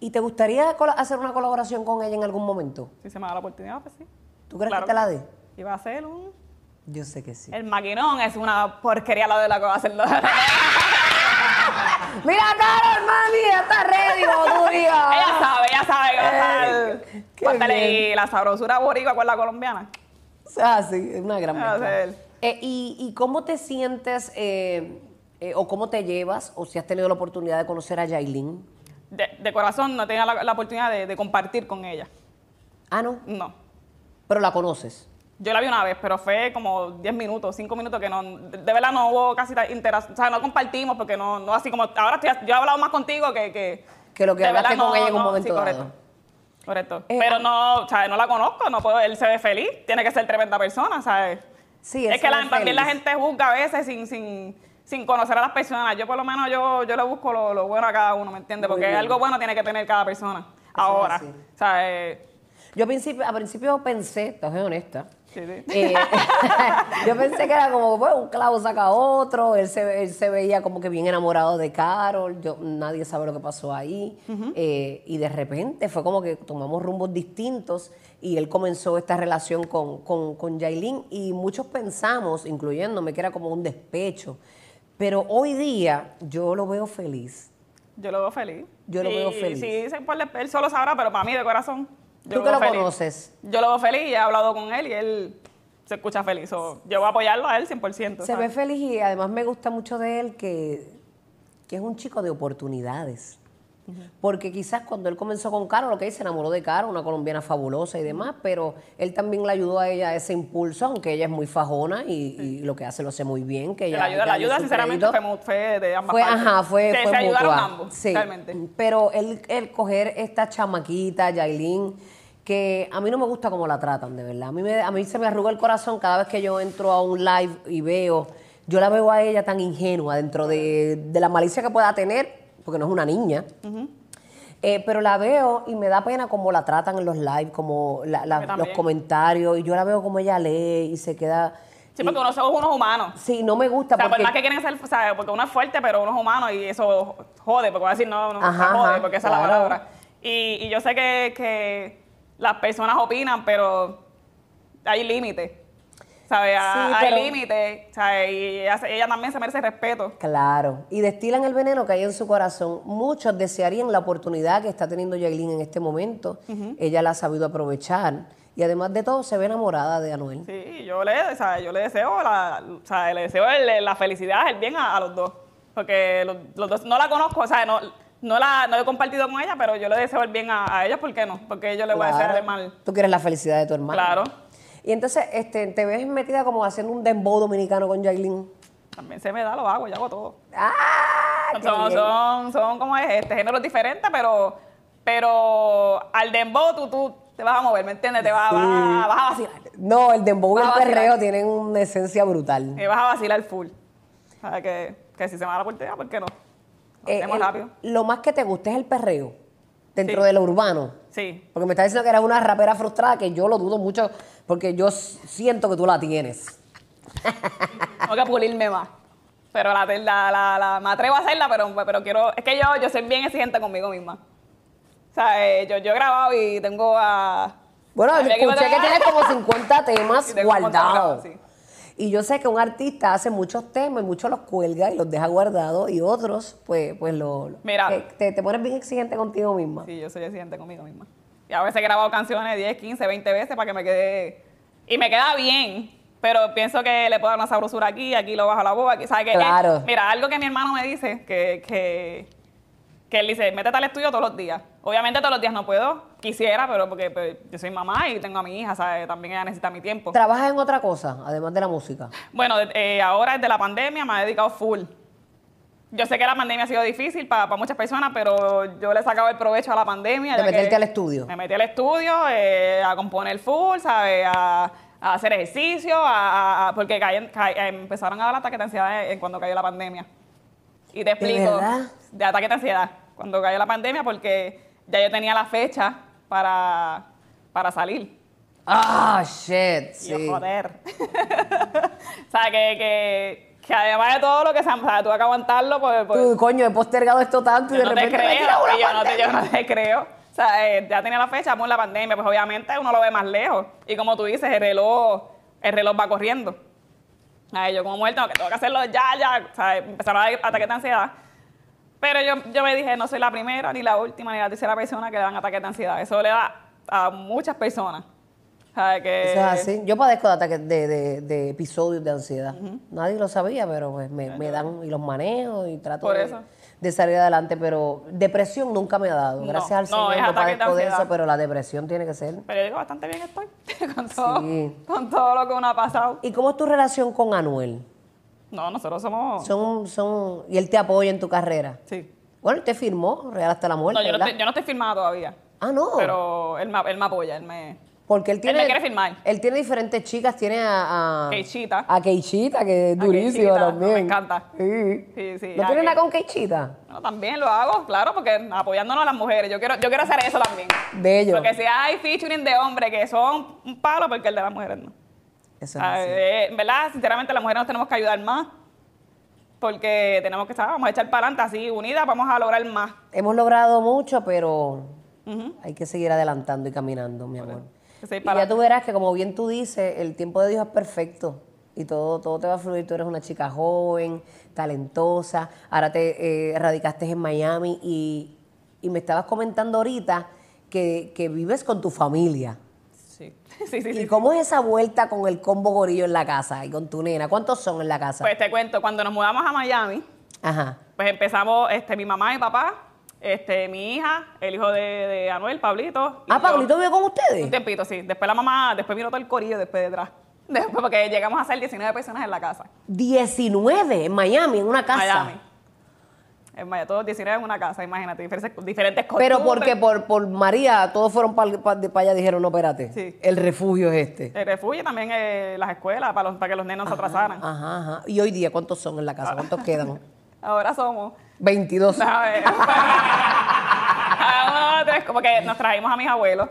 [SPEAKER 3] ¿Y te gustaría col- hacer una colaboración con ella en algún momento?
[SPEAKER 4] Si se me da la oportunidad, pues sí.
[SPEAKER 3] ¿Tú crees
[SPEAKER 4] Claro Eh.
[SPEAKER 3] que te la
[SPEAKER 4] que
[SPEAKER 3] dé?
[SPEAKER 4] Y va a ser un.
[SPEAKER 3] Yo sé que sí.
[SPEAKER 4] El maquinón es una porquería la de la que va a hacer.
[SPEAKER 3] Mira, Carol, mami, ya está ready, como tú digas.
[SPEAKER 4] ella sabe, ella sabe que va a estar.
[SPEAKER 3] Ey, qué
[SPEAKER 4] Va a estar ahí
[SPEAKER 3] bien.
[SPEAKER 4] la sabrosura boricua con la colombiana.
[SPEAKER 3] Ah, sí, es una gran
[SPEAKER 4] Ah,
[SPEAKER 3] mezcla.
[SPEAKER 4] sí.
[SPEAKER 3] Eh, y, y cómo te sientes eh, eh, o cómo te llevas o si has tenido la oportunidad de conocer a Yailin?
[SPEAKER 4] De, de corazón no tenía la, la oportunidad de, de compartir con ella.
[SPEAKER 3] Ah, no,
[SPEAKER 4] No.
[SPEAKER 3] pero la conoces.
[SPEAKER 4] Yo la vi una vez, pero fue como 10 minutos, 5 minutos que no. De, de verdad no hubo casi interacción. O sea, no compartimos porque no, no así como. Ahora estoy- yo he hablado más contigo que. que
[SPEAKER 3] Que lo que
[SPEAKER 4] de verdad
[SPEAKER 3] hablaste con ella en un momento
[SPEAKER 4] Sí, correcto.
[SPEAKER 3] dado.
[SPEAKER 4] Correcto.
[SPEAKER 3] Eh,
[SPEAKER 4] Pero
[SPEAKER 3] ah-
[SPEAKER 4] no, ¿sabes? No la conozco, no puedo, él se ve feliz, tiene que ser tremenda persona, ¿sabes?
[SPEAKER 3] Sí,
[SPEAKER 4] es
[SPEAKER 3] él
[SPEAKER 4] que
[SPEAKER 3] se
[SPEAKER 4] la-
[SPEAKER 3] ve
[SPEAKER 4] también la
[SPEAKER 3] feliz.
[SPEAKER 4] gente juzga a veces sin, sin, sin conocer a las personas. Yo por lo menos yo, yo le busco lo, lo bueno a cada uno, ¿me entiendes?
[SPEAKER 3] Muy
[SPEAKER 4] Porque
[SPEAKER 3] bien.
[SPEAKER 4] algo bueno tiene que tener cada persona.
[SPEAKER 3] es
[SPEAKER 4] Ahora.
[SPEAKER 3] así.
[SPEAKER 4] ¿Sabes?
[SPEAKER 3] Yo a principio, a principio pensé, te soy honesta.
[SPEAKER 4] Sí, sí.
[SPEAKER 3] eh, yo pensé que era como, bueno, un clavo saca otro, él se, él se veía como que bien enamorado de Carol, yo, nadie sabe lo que pasó ahí, eh, y de repente fue como que tomamos rumbos distintos y él comenzó esta relación con, con, con Yailin y muchos pensamos, incluyéndome, que era como un despecho, pero hoy día yo lo veo feliz.
[SPEAKER 4] Yo lo veo feliz.
[SPEAKER 3] Yo lo
[SPEAKER 4] Y
[SPEAKER 3] veo feliz.
[SPEAKER 4] Si dicen por él solo sabrá, pero para mí de corazón. yo
[SPEAKER 3] Tú que
[SPEAKER 4] veo
[SPEAKER 3] lo conoces.
[SPEAKER 4] Yo lo veo feliz, he hablado con él y él se escucha feliz. So, yo voy a apoyarlo a él 100%.
[SPEAKER 3] Se ve
[SPEAKER 4] ¿sabes?
[SPEAKER 3] feliz y además me gusta mucho de él que, que es un chico de oportunidades. Porque quizás cuando él comenzó con Caro, lo que dice, se enamoró de Caro, una colombiana fabulosa y demás, pero él también le ayudó a ella ese impulso, aunque ella es muy fajona y, y lo que hace lo hace muy bien. Que
[SPEAKER 4] Que
[SPEAKER 3] ella,
[SPEAKER 4] la ayuda,
[SPEAKER 3] ella
[SPEAKER 4] la
[SPEAKER 3] dio
[SPEAKER 4] ayuda,
[SPEAKER 3] su
[SPEAKER 4] sinceramente,
[SPEAKER 3] crédito.
[SPEAKER 4] fue, mu- fue de ambas
[SPEAKER 3] Fue,
[SPEAKER 4] partes.
[SPEAKER 3] ajá, fue,
[SPEAKER 4] Se,
[SPEAKER 3] fue
[SPEAKER 4] se ayudaron
[SPEAKER 3] mutua.
[SPEAKER 4] ambos,
[SPEAKER 3] Sí. Mm.
[SPEAKER 4] realmente.
[SPEAKER 3] Pero él, el coger esta chamaquita, Yailin, que a mí no me gusta cómo la tratan, de verdad. A mí, me- a mí se me arruga el corazón cada vez que yo entro a un live y veo, yo la veo a ella tan ingenua dentro de, de la malicia que pueda tener, porque no es una niña. Eh, pero la veo y me da pena cómo la tratan en los live, como la- la-
[SPEAKER 4] Yo
[SPEAKER 3] los
[SPEAKER 4] también.
[SPEAKER 3] comentarios, y yo la veo como ella lee y se queda...
[SPEAKER 4] Sí,
[SPEAKER 3] y-
[SPEAKER 4] porque uno somos unos humanos.
[SPEAKER 3] sí, no me gusta
[SPEAKER 4] O sea, por
[SPEAKER 3] porque
[SPEAKER 4] más que quieren ser, o sea, porque uno es fuerte, pero uno es humano y eso jode, porque voy a decir, no, no, o sea,
[SPEAKER 3] Ajá,
[SPEAKER 4] jode,
[SPEAKER 3] ajá,
[SPEAKER 4] porque esa es la
[SPEAKER 3] claro.
[SPEAKER 4] palabra. Y, y yo sé que, que las personas opinan, pero hay límites. ¿Sabes? Ah,
[SPEAKER 3] Sí,
[SPEAKER 4] hay
[SPEAKER 3] pero-
[SPEAKER 4] límites, ¿sabes? Y ella, se- ella también se merece respeto.
[SPEAKER 3] Claro, y destilan el veneno que hay en su corazón. Muchos desearían la oportunidad que está teniendo Jailin en este momento. Ella la ha sabido aprovechar y además de todo se ve enamorada de Anuel.
[SPEAKER 4] Sí, yo le, o sea, yo le deseo, la, o sea, le deseo el- la felicidad, el bien a, a los dos. Porque los, los dos, no la conozco, o sea, no, no, la, no he compartido con ella, pero yo le deseo el bien a, a ellos, ¿por qué no? Porque yo le voy a desear el
[SPEAKER 3] Claro.
[SPEAKER 4] mal.
[SPEAKER 3] Tú quieres la felicidad de tu hermano.
[SPEAKER 4] Claro.
[SPEAKER 3] Y entonces este, te ves metida como haciendo un dembow dominicano con Jailin.
[SPEAKER 4] También se me da, lo hago, yo hago todo.
[SPEAKER 3] ¡Ah! qué
[SPEAKER 4] Son,
[SPEAKER 3] bien!
[SPEAKER 4] son, son como es, este género diferente, pero, pero al dembow tú, tú te vas a mover, ¿me entiendes? Te Ah, vas, a- vas a- vas a vacilar.
[SPEAKER 3] No, el dembow y
[SPEAKER 4] Vas
[SPEAKER 3] el
[SPEAKER 4] a vacilar.
[SPEAKER 3] perreo tienen una esencia brutal.
[SPEAKER 4] Eh, vas a vacilar full. O sea, que, que si se me da la oportunidad, ¿por qué no? Lo
[SPEAKER 3] Eh,
[SPEAKER 4] hacemos
[SPEAKER 3] el-
[SPEAKER 4] rápido.
[SPEAKER 3] Lo más que te gusta es el perreo. dentro
[SPEAKER 4] Sí.
[SPEAKER 3] de lo urbano.
[SPEAKER 4] Sí.
[SPEAKER 3] Porque me está diciendo que eres una rapera frustrada, que yo lo dudo mucho, porque yo s- siento que tú la tienes.
[SPEAKER 4] Tengo que pulirme más. Pero la, la, la, la- me atrevo a hacerla, pero, pero quiero. Es que yo, yo soy bien exigente conmigo misma. O sea, eh, yo, yo he grabado y tengo a.
[SPEAKER 3] Bueno,
[SPEAKER 4] Habría que
[SPEAKER 3] escuché que
[SPEAKER 4] meterla.
[SPEAKER 3] tienes como 50 temas
[SPEAKER 4] Y tengo un montón
[SPEAKER 3] guardados.
[SPEAKER 4] grabados, sí.
[SPEAKER 3] Y yo sé que un artista hace muchos temas y muchos los cuelga y los deja guardados y otros, pues, pues lo... lo-
[SPEAKER 4] Mira.
[SPEAKER 3] que te, te pones bien exigente contigo misma.
[SPEAKER 4] Sí, yo soy exigente conmigo misma. Y a veces he grabado canciones 10, 15, 20 veces para que me quede. Y me queda bien. Pero pienso que le puedo dar una sabrosura aquí, aquí lo bajo la boca. Aquí, ¿sabes qué?
[SPEAKER 3] Claro.
[SPEAKER 4] Eh, mira, algo que mi hermano me dice, que, que, que él dice, métete al estudio todos los días. Obviamente todos los días no puedo, quisiera, pero porque pues, yo soy mamá y tengo a mi hija, ¿sabes? También ella necesita mi tiempo.
[SPEAKER 3] ¿Trabajas en otra cosa, además de la música?
[SPEAKER 4] Bueno, de- eh, ahora desde la pandemia me he dedicado full. Yo sé que la pandemia ha sido difícil para muchas personas, pero yo le he sacado el provecho a la pandemia.
[SPEAKER 3] De
[SPEAKER 4] ya que
[SPEAKER 3] meterte al estudio.
[SPEAKER 4] Me metí al estudio eh, a componer full, ¿sabes? A, a hacer ejercicio, a, a- a- porque caen- caen- eh, empezaron a dar ataques de ansiedad en- cuando cayó la pandemia. Y te explico.
[SPEAKER 3] verdad?
[SPEAKER 4] De ataque de ansiedad. Cuando cayó la pandemia, porque ya yo tenía la fecha para, para salir.
[SPEAKER 3] Ah, shit,
[SPEAKER 4] Y yo,
[SPEAKER 3] sí.
[SPEAKER 4] joder. o sea, que, que, que además de todo lo que se o sea, tuve que aguantarlo, pues, pues,
[SPEAKER 3] Tú, coño, he postergado esto tanto y
[SPEAKER 4] yo
[SPEAKER 3] de
[SPEAKER 4] no te
[SPEAKER 3] repente me
[SPEAKER 4] creo,
[SPEAKER 3] tiras una
[SPEAKER 4] y yo no te, yo
[SPEAKER 3] pandemia.
[SPEAKER 4] no te creo. O sea, eh, ya tenía la fecha, por la pandemia, pues obviamente uno lo ve más lejos. Y como tú dices, el reloj, el reloj va corriendo. Ay, yo como muerta, que tengo que hacerlo ya, ya. O sea, empezaron a dar ataques de ansiedad. Pero yo, yo me dije, no soy la primera, ni la última, ni la tercera persona que le dan ataques de ansiedad. Eso le da a muchas personas. O sea, que...
[SPEAKER 3] Eso es así. Yo padezco de ataques de, de- de episodios de ansiedad. Nadie lo sabía, pero pues me, me dan y los manejo y trato
[SPEAKER 4] Ah, Por
[SPEAKER 3] de,
[SPEAKER 4] eso.
[SPEAKER 3] de salir adelante. Pero depresión nunca me ha dado.
[SPEAKER 4] No,
[SPEAKER 3] Gracias al
[SPEAKER 4] no,
[SPEAKER 3] Señor
[SPEAKER 4] es
[SPEAKER 3] no
[SPEAKER 4] ataques de
[SPEAKER 3] padezco de eso,
[SPEAKER 4] ansiedad.
[SPEAKER 3] pero la depresión tiene que ser.
[SPEAKER 4] Pero yo digo, bastante bien estoy con todo,
[SPEAKER 3] Sí.
[SPEAKER 4] con todo lo que uno ha pasado.
[SPEAKER 3] ¿Y cómo es tu relación con Anuel?
[SPEAKER 4] No, nosotros somos...
[SPEAKER 3] Son, son, y él te apoya en tu carrera.
[SPEAKER 4] Sí.
[SPEAKER 3] Bueno, él te firmó, Real hasta la muerte,
[SPEAKER 4] No, yo no,
[SPEAKER 3] ¿verdad?
[SPEAKER 4] estoy, yo no estoy firmada todavía.
[SPEAKER 3] Ah, no.
[SPEAKER 4] Pero él me, él me apoya, él me...
[SPEAKER 3] Porque él tiene.
[SPEAKER 4] me quiere firmar.
[SPEAKER 3] Él tiene diferentes chicas, tiene a. a
[SPEAKER 4] Keichita.
[SPEAKER 3] A Keichita, que es durísima
[SPEAKER 4] Keichita, no,
[SPEAKER 3] también.
[SPEAKER 4] me encanta.
[SPEAKER 3] Sí.
[SPEAKER 4] Sí, sí,
[SPEAKER 3] ¿No
[SPEAKER 4] a
[SPEAKER 3] tiene
[SPEAKER 4] Ke-
[SPEAKER 3] nada con Keichita?
[SPEAKER 4] Bueno, también lo hago, claro, porque apoyándonos a las mujeres. Yo quiero, yo quiero hacer eso también.
[SPEAKER 3] Bello.
[SPEAKER 4] Porque si hay featuring de hombres que son un palo, porque el de las mujeres no.
[SPEAKER 3] Eso es
[SPEAKER 4] Ah,
[SPEAKER 3] así.
[SPEAKER 4] eh, en ¿Verdad? Sinceramente, las mujeres nos tenemos que ayudar más. Porque tenemos que estar, vamos a echar para adelante así, unidas, vamos a lograr más.
[SPEAKER 3] Hemos logrado mucho, pero hay que seguir adelantando y caminando, mi amor.
[SPEAKER 4] Que se
[SPEAKER 3] Y
[SPEAKER 4] para-
[SPEAKER 3] ya tú verás que, como bien tú dices, el tiempo de Dios es perfecto y todo, todo te va a fluir. Tú eres una chica joven, talentosa. Ahora te eh, radicaste en Miami y, y me estabas comentando ahorita que, que vives con tu familia.
[SPEAKER 4] Sí, sí, sí.
[SPEAKER 3] ¿Y
[SPEAKER 4] sí.
[SPEAKER 3] cómo es esa vuelta con el combo gorillo en la casa y con tu nena? ¿Cuántos son en la casa?
[SPEAKER 4] Pues te cuento, cuando nos mudamos a Miami,
[SPEAKER 3] Ajá.
[SPEAKER 4] pues empezamos este, mi mamá y papá, este, mi hija, el hijo de, de Anuel, Pablito. y
[SPEAKER 3] Ah,
[SPEAKER 4] yo.
[SPEAKER 3] Pablito vive con
[SPEAKER 4] Un
[SPEAKER 3] ustedes.
[SPEAKER 4] tiempito, sí. Después la mamá, después vino todo el corillo, después detrás. Después, porque llegamos a ser 19 personas en la casa.
[SPEAKER 3] 19 en Miami, en una casa.
[SPEAKER 4] Miami. En Miami, todos 19 en una casa, imagínate, diferentes, diferentes
[SPEAKER 3] Pero porque
[SPEAKER 4] costumbres.
[SPEAKER 3] por, por María todos fueron para allá dijeron, no, espérate,
[SPEAKER 4] Sí.
[SPEAKER 3] el refugio es este.
[SPEAKER 4] El refugio también eh, las escuelas para, los- para que los nenos se atrasaran.
[SPEAKER 3] Ajá, ajá. Y hoy día, ¿cuántos son en la casa?
[SPEAKER 4] Ah.
[SPEAKER 3] ¿Cuántos quedan?
[SPEAKER 4] Ahora somos.
[SPEAKER 3] 22.
[SPEAKER 4] ¿sabes? Ah, uno, dos, tres, como que nos trajimos a mis abuelos.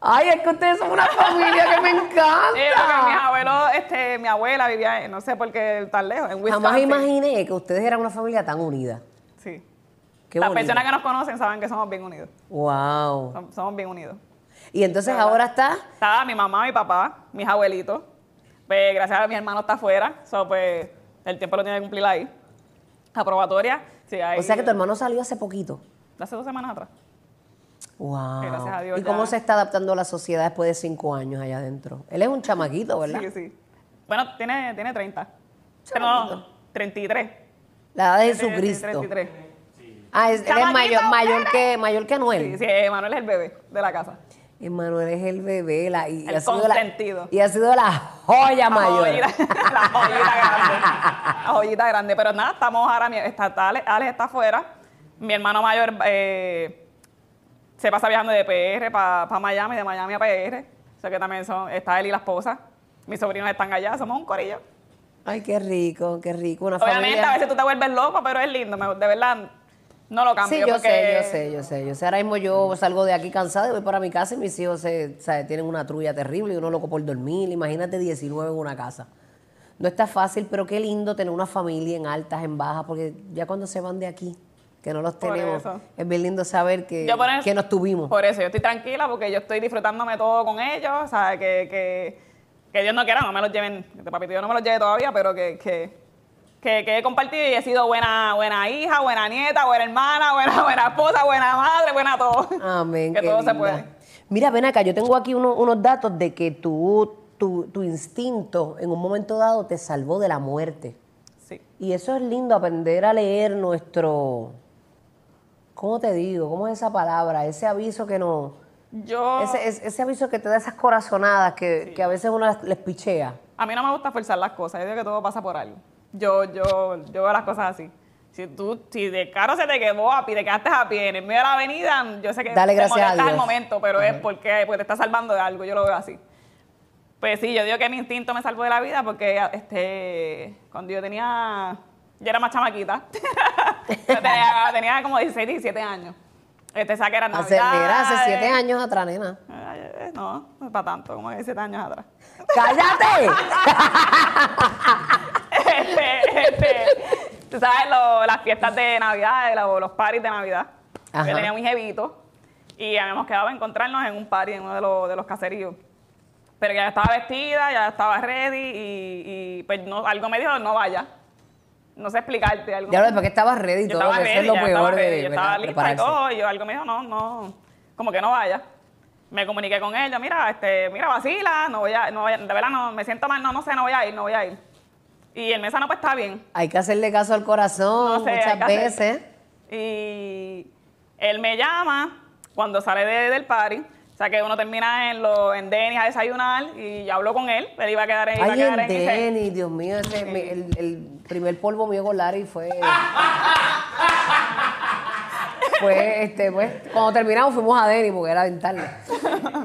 [SPEAKER 3] Ay, es que ustedes son una familia que me
[SPEAKER 4] Sí, Eh, porque mis
[SPEAKER 3] encanta.
[SPEAKER 4] abuelos, este, mi abuela vivía, en- no sé por qué tan lejos, en Wisconsin.
[SPEAKER 3] Jamás imaginé que ustedes eran una familia tan unida.
[SPEAKER 4] Sí.
[SPEAKER 3] Qué
[SPEAKER 4] Las
[SPEAKER 3] bonito.
[SPEAKER 4] personas que nos conocen saben que somos bien unidos.
[SPEAKER 3] Wow.
[SPEAKER 4] Som- Somos bien unidos.
[SPEAKER 3] Y entonces ahora está
[SPEAKER 4] Estaba mi mamá, mi papá, mis abuelitos. Pues gracias a mi hermano está afuera. So, pues el tiempo lo tiene que cumplir ahí. Aprobatoria. Sí, ahí,
[SPEAKER 3] O sea que tu hermano salió hace poquito.
[SPEAKER 4] Hace dos semanas atrás.
[SPEAKER 3] Wow.
[SPEAKER 4] Que gracias a Dios
[SPEAKER 3] ¿Y cómo
[SPEAKER 4] ya-
[SPEAKER 3] se está adaptando a la sociedad después de cinco años allá adentro? Él es un chamaquito, ¿verdad?
[SPEAKER 4] Sí, sí. Bueno, tiene, tiene 30. Pero no, 33.
[SPEAKER 3] La edad de
[SPEAKER 4] Tiene
[SPEAKER 3] Jesucristo.
[SPEAKER 4] 33.
[SPEAKER 3] Ah, es, él es
[SPEAKER 4] Chamaquito,
[SPEAKER 3] mayor, mayor
[SPEAKER 4] mira.
[SPEAKER 3] que mayor que
[SPEAKER 4] Sí,
[SPEAKER 3] Anuel.
[SPEAKER 4] sí, Emanuel es el bebé de la casa.
[SPEAKER 3] Emanuel es el bebé la, y,
[SPEAKER 4] El
[SPEAKER 3] ha sido la,
[SPEAKER 4] consentido.
[SPEAKER 3] y ha sido la joya mayor.
[SPEAKER 4] joyita- la joyita grande. La joyita grande. Pero nada, estamos ahora. mi- Está, está Ale- Alex, está afuera. Mi hermano mayor eh, se pasa viajando de PR para Miami, de Miami a PR. O sea que también son, está él y la esposa. Mis sobrinos están allá, somos un corillo.
[SPEAKER 3] Ay, qué rico, qué rico. Una
[SPEAKER 4] Obviamente, a
[SPEAKER 3] familia.
[SPEAKER 4] veces tú te vuelves loco, pero es lindo. me- de verdad, No lo cambio
[SPEAKER 3] Sí, yo
[SPEAKER 4] porque... Mm.
[SPEAKER 3] sé, yo sé, yo sé, yo sé. Ahora mismo yo salgo de aquí cansada y voy para mi casa y mis hijos se, ¿sabes? tienen una trulla terrible y uno loco por dormir. Imagínate 19 en una casa. No está fácil, pero qué lindo tener una familia en altas, en bajas, porque ya cuando se van de aquí, que no los
[SPEAKER 4] Por
[SPEAKER 3] tenemos,
[SPEAKER 4] eso.
[SPEAKER 3] es bien lindo saber que,
[SPEAKER 4] Yo por eso-
[SPEAKER 3] que nos tuvimos.
[SPEAKER 4] Por eso, yo estoy tranquila porque yo estoy disfrutándome todo con ellos, o sea, que, que, que Dios no quiera, no me los lleven, que este papito yo no me los lleve todavía, pero que, que, que, que he compartido y he sido buena, buena hija, buena nieta, buena hermana, buena, buena esposa, buena madre, buena todo.
[SPEAKER 3] Amén.
[SPEAKER 4] Que
[SPEAKER 3] qué
[SPEAKER 4] todo se
[SPEAKER 3] linda.
[SPEAKER 4] puede.
[SPEAKER 3] Mira, ven acá, yo tengo aquí uno- unos datos de que tú, tu, tu instinto en un momento dado te salvó de la muerte.
[SPEAKER 4] Sí.
[SPEAKER 3] Y eso es lindo, aprender a leer nuestro. ¿Cómo te digo? ¿Cómo es esa palabra? Ese aviso que no.
[SPEAKER 4] Yo,
[SPEAKER 3] Ese, es- ese aviso que te da esas corazonadas que, que a veces uno las- les pichea.
[SPEAKER 4] a mí no me gusta forzar las cosas, yo digo que todo pasa por algo. Yo, yo, yo veo las cosas así. Si tú, si de carro se te quedó a pie, te quedaste a pie en el medio de la avenida, yo sé que
[SPEAKER 3] Dale
[SPEAKER 4] te
[SPEAKER 3] gracias a
[SPEAKER 4] molestas
[SPEAKER 3] Dios.
[SPEAKER 4] al momento, pero es porque, porque te está salvando de algo, yo lo veo así. Pues sí, yo digo que mi instinto me salvó de la vida porque este, cuando yo tenía, yo era más chamaquita, yo tenía, tenía como 16, 17 años. Este saque era
[SPEAKER 3] Hace, mira, hace siete años atrás, nena.
[SPEAKER 4] años. No, no es para tanto, como 17 años atrás.
[SPEAKER 3] ¡Cállate!
[SPEAKER 4] este, este, tú sabes, lo- las fiestas de Navidad, lo- los parties de Navidad.
[SPEAKER 3] Ajá.
[SPEAKER 4] Yo tenía mis jevitos y habíamos quedado a encontrarnos en un party en uno de los, de los caseríos. Pero ya estaba vestida, ya estaba ready y, y, pues no, algo me dijo, no vaya. No sé explicarte algo.
[SPEAKER 3] Ya lo porque estabas ready y
[SPEAKER 4] Yo
[SPEAKER 3] todo,
[SPEAKER 4] estaba
[SPEAKER 3] que eso es
[SPEAKER 4] ready,
[SPEAKER 3] lo
[SPEAKER 4] ya
[SPEAKER 3] peor
[SPEAKER 4] estaba
[SPEAKER 3] de
[SPEAKER 4] ready, yo
[SPEAKER 3] ¿verdad?
[SPEAKER 4] estaba lista y
[SPEAKER 3] prepararse.
[SPEAKER 4] todo, y yo algo me dijo, no, no, como que no vaya. Me comuniqué con ella, mira, este, mira, vacila, no voy a, no voy a- de verdad no, me siento mal, no, no sé, no voy a ir, no voy a ir. Y el mesa no pues está bien.
[SPEAKER 3] Hay que hacerle caso al corazón
[SPEAKER 4] No sé, hay
[SPEAKER 3] muchas
[SPEAKER 4] que hacer.
[SPEAKER 3] veces.
[SPEAKER 4] Y él me llama cuando sale de- del party. O sea que uno termina en los en Denny's a desayunar y yo hablo con él. Él iba a quedar en, iba a
[SPEAKER 3] Ay,
[SPEAKER 4] quedar
[SPEAKER 3] en
[SPEAKER 4] dice,
[SPEAKER 3] Denny, Dios mío, ese- me- el, el primer polvo mío con Larry fue. fue, este, pues, cuando terminamos fuimos a Denny porque era ventana.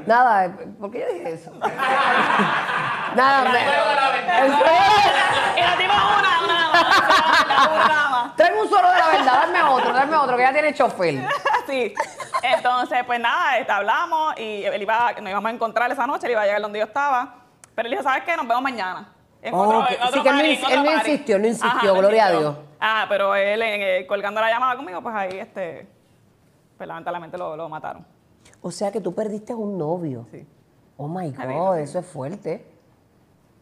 [SPEAKER 3] Nada, eh, ¿por qué yo dije eso? Nada, me- el fuego-
[SPEAKER 4] Y nos dimos una, una nada más, una nada más.
[SPEAKER 3] Tráeme un solo de la verdad, dame otro, dame otro, que ya tiene chofer.
[SPEAKER 4] Sí. Entonces, pues nada, este, hablamos y él iba, nos íbamos a encontrar esa noche, él iba a llegar donde yo estaba. Pero él dijo, ¿sabes qué? Nos vemos mañana. En
[SPEAKER 3] Oh, ok. Sí,
[SPEAKER 4] en
[SPEAKER 3] que él no
[SPEAKER 4] party,
[SPEAKER 3] ins-
[SPEAKER 4] en otro
[SPEAKER 3] él no
[SPEAKER 4] party.
[SPEAKER 3] insistió, él no insistió,
[SPEAKER 4] Ajá, no
[SPEAKER 3] gloria a
[SPEAKER 4] insistió.
[SPEAKER 3] Dios.
[SPEAKER 4] Ah, pero él eh, colgando la llamada conmigo, pues ahí, este, pues lamentablemente lo, lo mataron.
[SPEAKER 3] O sea que tú perdiste un novio.
[SPEAKER 4] Sí,
[SPEAKER 3] Oh my
[SPEAKER 4] Ay,
[SPEAKER 3] God, eso es fuerte.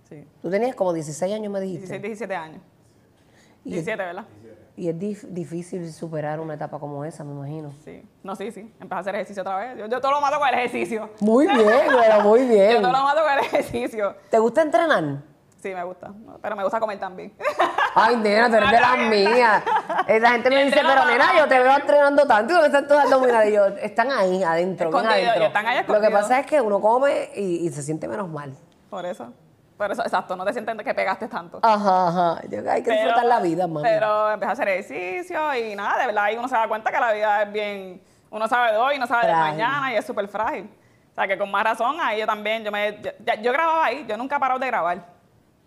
[SPEAKER 4] sí.
[SPEAKER 3] Tú tenías como 16 años, me dijiste.
[SPEAKER 4] 16, 17 años.
[SPEAKER 3] Y es-
[SPEAKER 4] 17, ¿verdad?
[SPEAKER 3] Y es dif- difícil superar una etapa como esa, me imagino.
[SPEAKER 4] Sí. No, sí, sí. Empecé a hacer ejercicio otra vez. Yo, yo todo lo mato con el ejercicio.
[SPEAKER 3] Muy bien, pero muy
[SPEAKER 4] Yo
[SPEAKER 3] bien.
[SPEAKER 4] todo lo mato con el ejercicio.
[SPEAKER 3] ¿Te gusta entrenar?
[SPEAKER 4] Sí, me gusta. Pero me gusta comer también.
[SPEAKER 3] Ay, nena, tú eres de las mías. Eh, La gente me dice, pero nena, yo te veo entrenando tanto y lo que están todas dominadas. Y yo, están ahí adentro, bien
[SPEAKER 4] Escondido,
[SPEAKER 3] adentro.
[SPEAKER 4] y están ahí
[SPEAKER 3] lo que
[SPEAKER 4] escondido.
[SPEAKER 3] pasa es que uno come y, y se siente menos mal.
[SPEAKER 4] Por eso. Por eso, exacto, no te sientes que pegaste tanto.
[SPEAKER 3] Ajá, ajá. Yo- hay que
[SPEAKER 4] Pero-
[SPEAKER 3] disfrutar la vida, mami.
[SPEAKER 4] Pero empecé a hacer ejercicio y nada, de verdad, ahí uno se da cuenta que la vida es bien. Uno sabe de hoy, no sabe de
[SPEAKER 3] Frágil.
[SPEAKER 4] mañana y es súper frágil. O sea, que con más razón, ahí yo también, yo, me, yo, ya- yo grababa ahí, yo nunca he parado de grabar.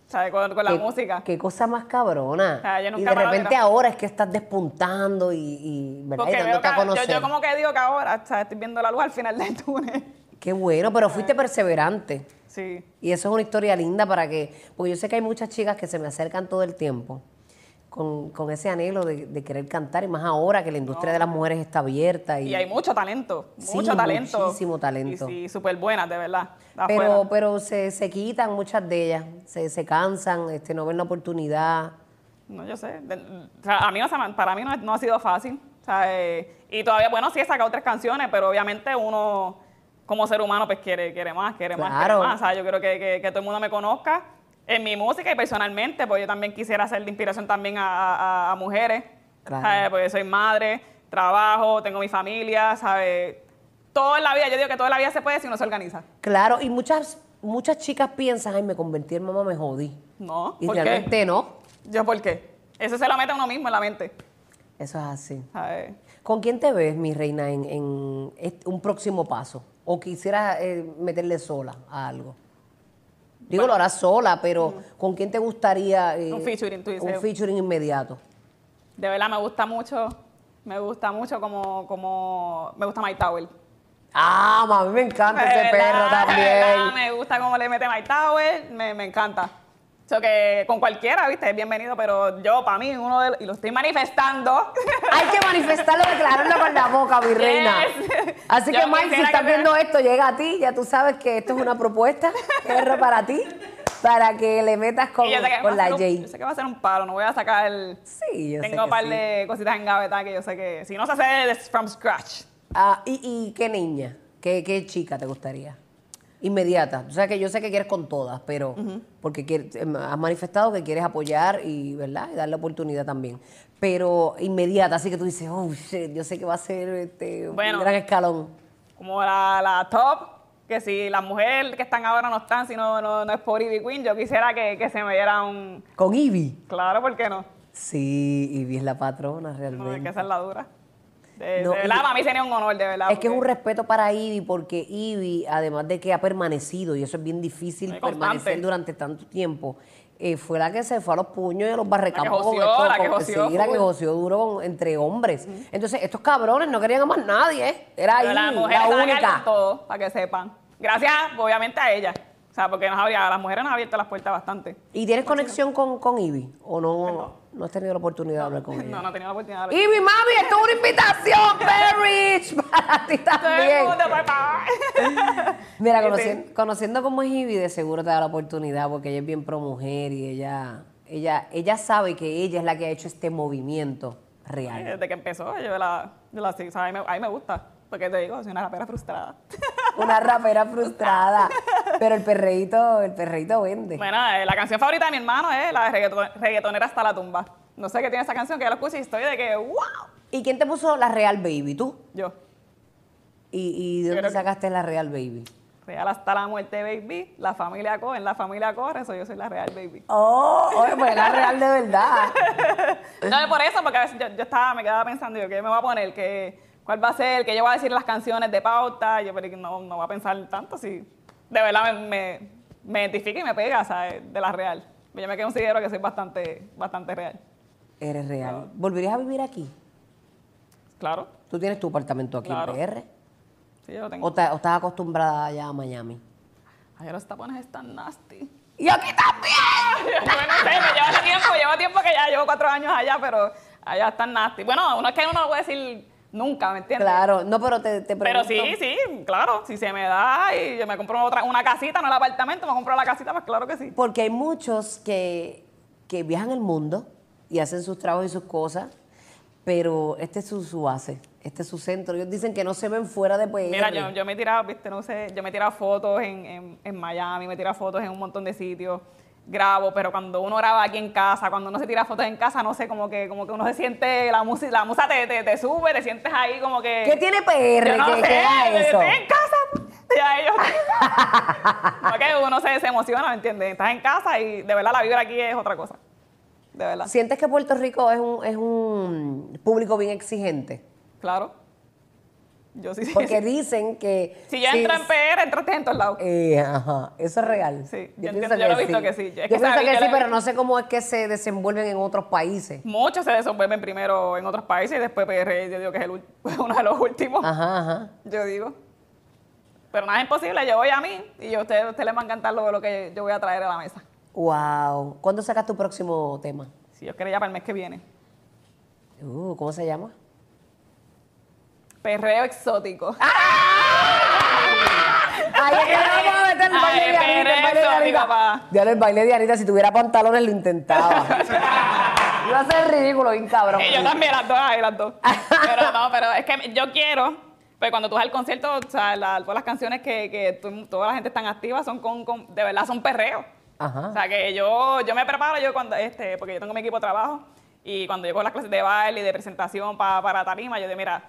[SPEAKER 4] O sea, con, con la
[SPEAKER 3] Qué-
[SPEAKER 4] música.
[SPEAKER 3] Qué cosa más cabrona.
[SPEAKER 4] O sea, yo nunca
[SPEAKER 3] y de
[SPEAKER 4] paro de
[SPEAKER 3] repente
[SPEAKER 4] grabar.
[SPEAKER 3] ahora es que estás despuntando y, y, ¿verdad? y
[SPEAKER 4] Porque veo
[SPEAKER 3] dándote
[SPEAKER 4] que,
[SPEAKER 3] a
[SPEAKER 4] yo,
[SPEAKER 3] conocer.
[SPEAKER 4] yo como que digo que ahora, o sea, estoy viendo la luz al final del túnel.
[SPEAKER 3] Qué bueno,
[SPEAKER 4] Ah.
[SPEAKER 3] pero fuiste perseverante.
[SPEAKER 4] Sí.
[SPEAKER 3] Y eso es una historia linda para que, porque yo sé que hay muchas chicas que se me acercan todo el tiempo con, con ese anhelo de, de querer cantar y más ahora que la industria de las mujeres está abierta. Y,
[SPEAKER 4] Y hay mucho talento,
[SPEAKER 3] Sí,
[SPEAKER 4] mucho talento.
[SPEAKER 3] muchísimo talento.
[SPEAKER 4] Y sí, súper buenas, de verdad.
[SPEAKER 3] pero
[SPEAKER 4] afuera.
[SPEAKER 3] pero se, se quitan muchas de ellas, se, se cansan, este, no ven la oportunidad.
[SPEAKER 4] No, yo sé. De- o sea, a mí, no se me- para mí no, no ha sido fácil. O sea, eh, y todavía, bueno, sí he sacado tres canciones, pero obviamente uno, como ser humano, pues quiere, quiere más, quiere más, quiere
[SPEAKER 3] Claro.
[SPEAKER 4] más. O sea, yo creo que, que- que todo el mundo me conozca en mi música y personalmente, pues yo también quisiera ser de inspiración también a, a- a mujeres.
[SPEAKER 3] Claro.
[SPEAKER 4] ¿sabes? Porque soy madre, trabajo, tengo mi familia, ¿sabes? Todo en la vida, yo digo que todo en la vida se puede si uno se organiza.
[SPEAKER 3] Claro, y muchas, muchas chicas piensan, ay, me convertí en mamá, me jodí.
[SPEAKER 4] No,
[SPEAKER 3] Y
[SPEAKER 4] ¿por
[SPEAKER 3] realmente
[SPEAKER 4] qué?
[SPEAKER 3] no,
[SPEAKER 4] ¿Yo por qué? Eso se lo mete a uno mismo en la mente,
[SPEAKER 3] eso es así.
[SPEAKER 4] ¿sabes?
[SPEAKER 3] ¿Con quién te ves, mi reina, en, en est- un próximo paso? ¿O quisieras eh, meterle sola a algo? Digo, lo harás sola, pero ¿con quién te gustaría? eh,
[SPEAKER 4] Un featuring, tú dices.
[SPEAKER 3] Un featuring inmediato.
[SPEAKER 4] De verdad me gusta mucho Me gusta mucho como, como me gusta Mike Tower.
[SPEAKER 3] Ah, mami, me encanta ese perro también.
[SPEAKER 4] me gusta cómo le mete Mike Tower, me, me encanta. O sea que con cualquiera, viste, es bienvenido, pero yo para mí uno de los, y lo estoy manifestando.
[SPEAKER 3] Hay que manifestarlo, declararlo con la boca, mi reina.
[SPEAKER 4] Yes.
[SPEAKER 3] Así
[SPEAKER 4] Yo
[SPEAKER 3] que, Mike, si
[SPEAKER 4] quisiera
[SPEAKER 3] estás
[SPEAKER 4] que-
[SPEAKER 3] viendo esto, llega a ti. Ya tú sabes que esto es una propuesta, perro, para ti, para que le metas con,
[SPEAKER 4] Y yo sé que va
[SPEAKER 3] con
[SPEAKER 4] a
[SPEAKER 3] la
[SPEAKER 4] ser un-
[SPEAKER 3] J.
[SPEAKER 4] yo sé que va a ser un palo, no voy a sacar el...
[SPEAKER 3] Sí, yo sé
[SPEAKER 4] Tengo
[SPEAKER 3] que
[SPEAKER 4] un par
[SPEAKER 3] sí.
[SPEAKER 4] de cositas en gaveta que yo sé que si no se hace es from scratch.
[SPEAKER 3] Ah, y, y qué niña? ¿Qué, qué chica te gustaría? Inmediata. O sea, que yo sé que quieres con todas, pero porque quieres- em, has manifestado que quieres apoyar y, ¿verdad? Y darle oportunidad también. Pero inmediata, así que tú dices, oh, shit, yo sé que va a ser este,
[SPEAKER 4] Bueno.
[SPEAKER 3] un gran escalón.
[SPEAKER 4] Como la, la top, que si las mujeres que están ahora no están, si no, no, no es por Ivy Queen, yo quisiera que, que se me diera un...
[SPEAKER 3] Con Ivy.
[SPEAKER 4] Claro, ¿por qué no?
[SPEAKER 3] Sí, Ivy es la patrona
[SPEAKER 4] No, es que
[SPEAKER 3] realmente.
[SPEAKER 4] esa es la dura. De,
[SPEAKER 3] No,
[SPEAKER 4] de verdad,
[SPEAKER 3] y-
[SPEAKER 4] para mí sería un honor, de verdad.
[SPEAKER 3] Es que es un
[SPEAKER 4] porque-
[SPEAKER 3] respeto para Ivy porque Ivy, además de que ha permanecido, y eso es bien difícil
[SPEAKER 4] Es constante.
[SPEAKER 3] permanecer durante tanto tiempo, eh, fue la que se fue a los puños y a los barrecampos. con
[SPEAKER 4] joció,
[SPEAKER 3] esto,
[SPEAKER 4] la que
[SPEAKER 3] con-
[SPEAKER 4] joció
[SPEAKER 3] sí, la que
[SPEAKER 4] full.
[SPEAKER 3] joció duro con- entre hombres. Entonces, estos cabrones no querían a más nadie, ¿eh? Era
[SPEAKER 4] Pero
[SPEAKER 3] Ivy,
[SPEAKER 4] las
[SPEAKER 3] la,
[SPEAKER 4] mujeres se van a quedar con
[SPEAKER 3] única.
[SPEAKER 4] todo, para que sepan. Gracias, obviamente, a ella. O sea, porque nos abría, a las mujeres nos ha abierto las puertas bastante.
[SPEAKER 3] ¿Y tienes conexión con, con Ivy? ¿O no, no has tenido la oportunidad de hablar con ella?
[SPEAKER 4] No, no he tenido la oportunidad de
[SPEAKER 3] Ivy, mami, esto es una invitación, Berrich, para ti
[SPEAKER 4] Todo el
[SPEAKER 3] también.
[SPEAKER 4] mundo, por favor.
[SPEAKER 3] Mira,
[SPEAKER 4] Sí,
[SPEAKER 3] conocien- conociendo cómo es Ivy, de seguro te da la oportunidad porque ella es bien pro mujer y ella, ella, ella sabe que ella es la que ha hecho este movimiento
[SPEAKER 4] Ay,
[SPEAKER 3] real.
[SPEAKER 4] Desde que empezó, yo la, yo la sigo, o sea, a, mí me, a mí me gusta. Porque te digo, soy una rapera frustrada.
[SPEAKER 3] Una rapera frustrada. Pero el perreíto, el perreíto vende.
[SPEAKER 4] bueno, eh, la canción favorita de mi hermano es la de reggaeton- reggaetonera hasta la tumba. No sé qué tiene esa canción, que yo la escucho y estoy de que, wow,
[SPEAKER 3] ¿Y quién te puso la Real Baby? ¿Tú?
[SPEAKER 4] yo.
[SPEAKER 3] ¿Y, y de
[SPEAKER 4] Yo
[SPEAKER 3] dónde
[SPEAKER 4] creo que-
[SPEAKER 3] sacaste la Real Baby?
[SPEAKER 4] Real hasta la muerte, baby. La familia Cohen, la familia corre, eso yo soy la real, baby.
[SPEAKER 3] Oh, oye, pues la real de verdad.
[SPEAKER 4] No es por eso, porque a veces yo, yo estaba, me quedaba pensando, yo, ¿qué me voy a poner? ¿Qué, ¿Cuál va a ser? ¿Qué yo voy a decir en las canciones de pauta? Y Yo, pero no, no voy a pensar tanto si de verdad me, me, me identifica y me pega, ¿sabes? De la real. Yo me considero que soy bastante, bastante real.
[SPEAKER 3] Eres real. ¿Volverías a vivir aquí?
[SPEAKER 4] Claro,
[SPEAKER 3] ¿Tú tienes tu apartamento aquí
[SPEAKER 4] Claro.
[SPEAKER 3] en PR?
[SPEAKER 4] sí, yo lo tengo.
[SPEAKER 3] ¿O, ta- o estás acostumbrada ya a Miami?
[SPEAKER 4] Ay, los tapones están nasty.
[SPEAKER 3] ¡Y aquí también!
[SPEAKER 4] bueno, sé, me lleva tiempo, lleva tiempo que ya llevo cuatro años allá, pero allá están nasty. Bueno, uno es que uno no puede decir nunca, ¿me entiendes?
[SPEAKER 3] Claro, no, pero te, te
[SPEAKER 4] Pero
[SPEAKER 3] pregunto.
[SPEAKER 4] sí, sí, claro, si se me da y yo me compro otra, una casita, no el apartamento, me compro la casita, pues claro que sí.
[SPEAKER 3] Porque hay muchos que, que viajan el mundo y hacen sus trabajos y sus cosas, pero este es su, su base, este es su centro. Ellos dicen que no se ven fuera de PR.
[SPEAKER 4] Mira, yo, yo me he tirado, viste, no sé, yo me he tirado fotos en, en, en Miami, me he tirado fotos en un montón de sitios, grabo, pero cuando uno graba aquí en casa, cuando uno se tira fotos en casa, no sé, como que, como que uno se siente, la música, la musa te, te, te sube, te sientes ahí como que.
[SPEAKER 3] ¿Qué tiene PR?
[SPEAKER 4] Yo no
[SPEAKER 3] ¿Qué,
[SPEAKER 4] sé,
[SPEAKER 3] qué da
[SPEAKER 4] yo
[SPEAKER 3] eso?
[SPEAKER 4] Estoy en casa. Ya ellos. no, que uno se, se emociona, ¿me entiendes? Estás en casa y de verdad la vibra aquí es otra cosa. De verdad.
[SPEAKER 3] ¿Sientes que Puerto Rico es un, es un público bien exigente?
[SPEAKER 4] Claro. Yo sí. sí,
[SPEAKER 3] Porque
[SPEAKER 4] sí.
[SPEAKER 3] dicen que...
[SPEAKER 4] Si yo entro en PR, entraste en todos lados.
[SPEAKER 3] Eh, ajá, eso es real.
[SPEAKER 4] Sí, yo entiendo, yo lo he visto que sí. Es
[SPEAKER 3] Yo
[SPEAKER 4] que
[SPEAKER 3] pienso
[SPEAKER 4] sabe,
[SPEAKER 3] que
[SPEAKER 4] yo
[SPEAKER 3] sí,
[SPEAKER 4] la-
[SPEAKER 3] pero no sé cómo es que se desenvuelven en otros países.
[SPEAKER 4] Muchos se desenvuelven primero en otros países y después PR, yo digo que es el ul- uno de los últimos,
[SPEAKER 3] Ajá, ajá.
[SPEAKER 4] yo digo. Pero nada es imposible, yo voy a mí y yo- a ustedes, a ustedes les va a encantar lo, lo que yo voy a traer a la mesa.
[SPEAKER 3] Wow. ¿Cuándo sacas tu próximo tema?
[SPEAKER 4] Si Dios quiere ya para el mes que viene.
[SPEAKER 3] Uh, ¿Cómo se llama?
[SPEAKER 4] Perreo exótico.
[SPEAKER 3] Ahí es que le vamos a meter el baile de
[SPEAKER 4] Ay,
[SPEAKER 3] Anita, el baile de
[SPEAKER 4] pereza, mi
[SPEAKER 3] Anita.
[SPEAKER 4] papá.
[SPEAKER 3] Ya el baile de Anita, si tuviera pantalones lo intentaba. Iba a ser ridículo, bien cabrón.
[SPEAKER 4] Y Eh, yo también, las dos, ay, las dos. Pero no, pero es que yo quiero, pues cuando tú vas al concierto, o sea, la- todas las canciones que, que tú- toda la gente están activa son con, con- de verdad, son perreos.
[SPEAKER 3] Ajá.
[SPEAKER 4] O sea, que yo, yo me preparo, yo cuando, este, porque yo tengo mi equipo de trabajo, y cuando yo cojo las clases de baile y de presentación pa- para tarima, yo digo, mira,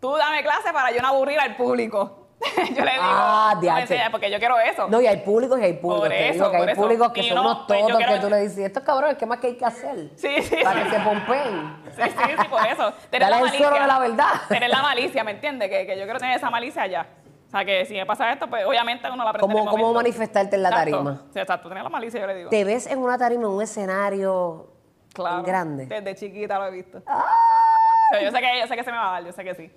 [SPEAKER 4] tú dame clases para yo no aburrir al público. yo le digo,
[SPEAKER 3] Ah,
[SPEAKER 4] "Tú me
[SPEAKER 3] diache.
[SPEAKER 4] enseñas, porque yo quiero eso.
[SPEAKER 3] No, y hay públicos y hay públicos.
[SPEAKER 4] Por
[SPEAKER 3] te
[SPEAKER 4] eso,
[SPEAKER 3] digo que hay
[SPEAKER 4] por eso.
[SPEAKER 3] públicos que
[SPEAKER 4] Y
[SPEAKER 3] son
[SPEAKER 4] no,
[SPEAKER 3] unos
[SPEAKER 4] pues, yo
[SPEAKER 3] todos
[SPEAKER 4] quiero-
[SPEAKER 3] que tú le dices, estos cabrones, ¿qué más que hay que hacer?
[SPEAKER 4] Sí, sí,
[SPEAKER 3] Para
[SPEAKER 4] sí.
[SPEAKER 3] que se pompen.
[SPEAKER 4] Sí, sí, sí, por eso.
[SPEAKER 3] Dale el suero de la verdad.
[SPEAKER 4] Tener la malicia, ¿me entiendes? Que, que yo quiero tener esa malicia ya. O sea, que si me pasa esto, pues obviamente uno la aprende
[SPEAKER 3] ¿Cómo-
[SPEAKER 4] en el
[SPEAKER 3] cómo
[SPEAKER 4] momento.
[SPEAKER 3] manifestarte en la
[SPEAKER 4] Exacto.
[SPEAKER 3] tarima?
[SPEAKER 4] Sí, exacto, tener la malicia, yo le digo.
[SPEAKER 3] Te ves en una tarima, en un escenario
[SPEAKER 4] claro.
[SPEAKER 3] grande. ¡Ah!
[SPEAKER 4] Desde chiquita lo he visto. Pero yo sé que, yo sé que se me va a dar, yo sé que sí.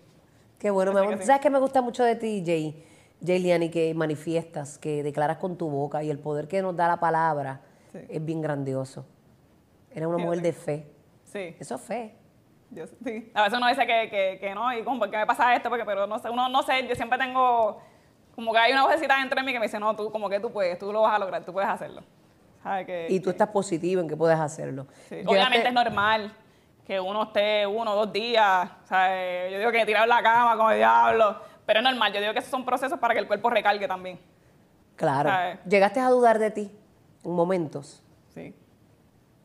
[SPEAKER 3] Qué bueno, mi
[SPEAKER 4] Yo sé
[SPEAKER 3] amor.
[SPEAKER 4] que sí.
[SPEAKER 3] ¿Sabes qué me gusta mucho de ti, Jay? Jay Liani, que manifiestas, que declaras con tu boca y el poder que nos da la palabra
[SPEAKER 4] Sí.
[SPEAKER 3] es bien grandioso. Eres una
[SPEAKER 4] Sí, yo
[SPEAKER 3] mujer
[SPEAKER 4] sé.
[SPEAKER 3] de fe.
[SPEAKER 4] Sí.
[SPEAKER 3] Eso es fe.
[SPEAKER 4] Yo, sí. A veces uno dice que, que, que no, y como, ¿por qué me pasa esto? Porque, pero no sé, uno no sé, yo siempre tengo, como que hay una vocecita dentro de mí que me dice, no, tú, como que tú puedes, tú lo vas a lograr, tú puedes hacerlo. ¿Sabes? Que,
[SPEAKER 3] Y tú estás positivo en que puedes hacerlo.
[SPEAKER 4] sí.
[SPEAKER 3] Llegaste-
[SPEAKER 4] Obviamente es normal que uno esté uno, dos días, ¿sabes? Yo digo que tirado en la cama como diablo, pero es normal, yo digo que esos son procesos para que el cuerpo recargue también.
[SPEAKER 3] Claro.
[SPEAKER 4] ¿sabes?
[SPEAKER 3] Llegaste a dudar de ti en momentos.
[SPEAKER 4] Sí.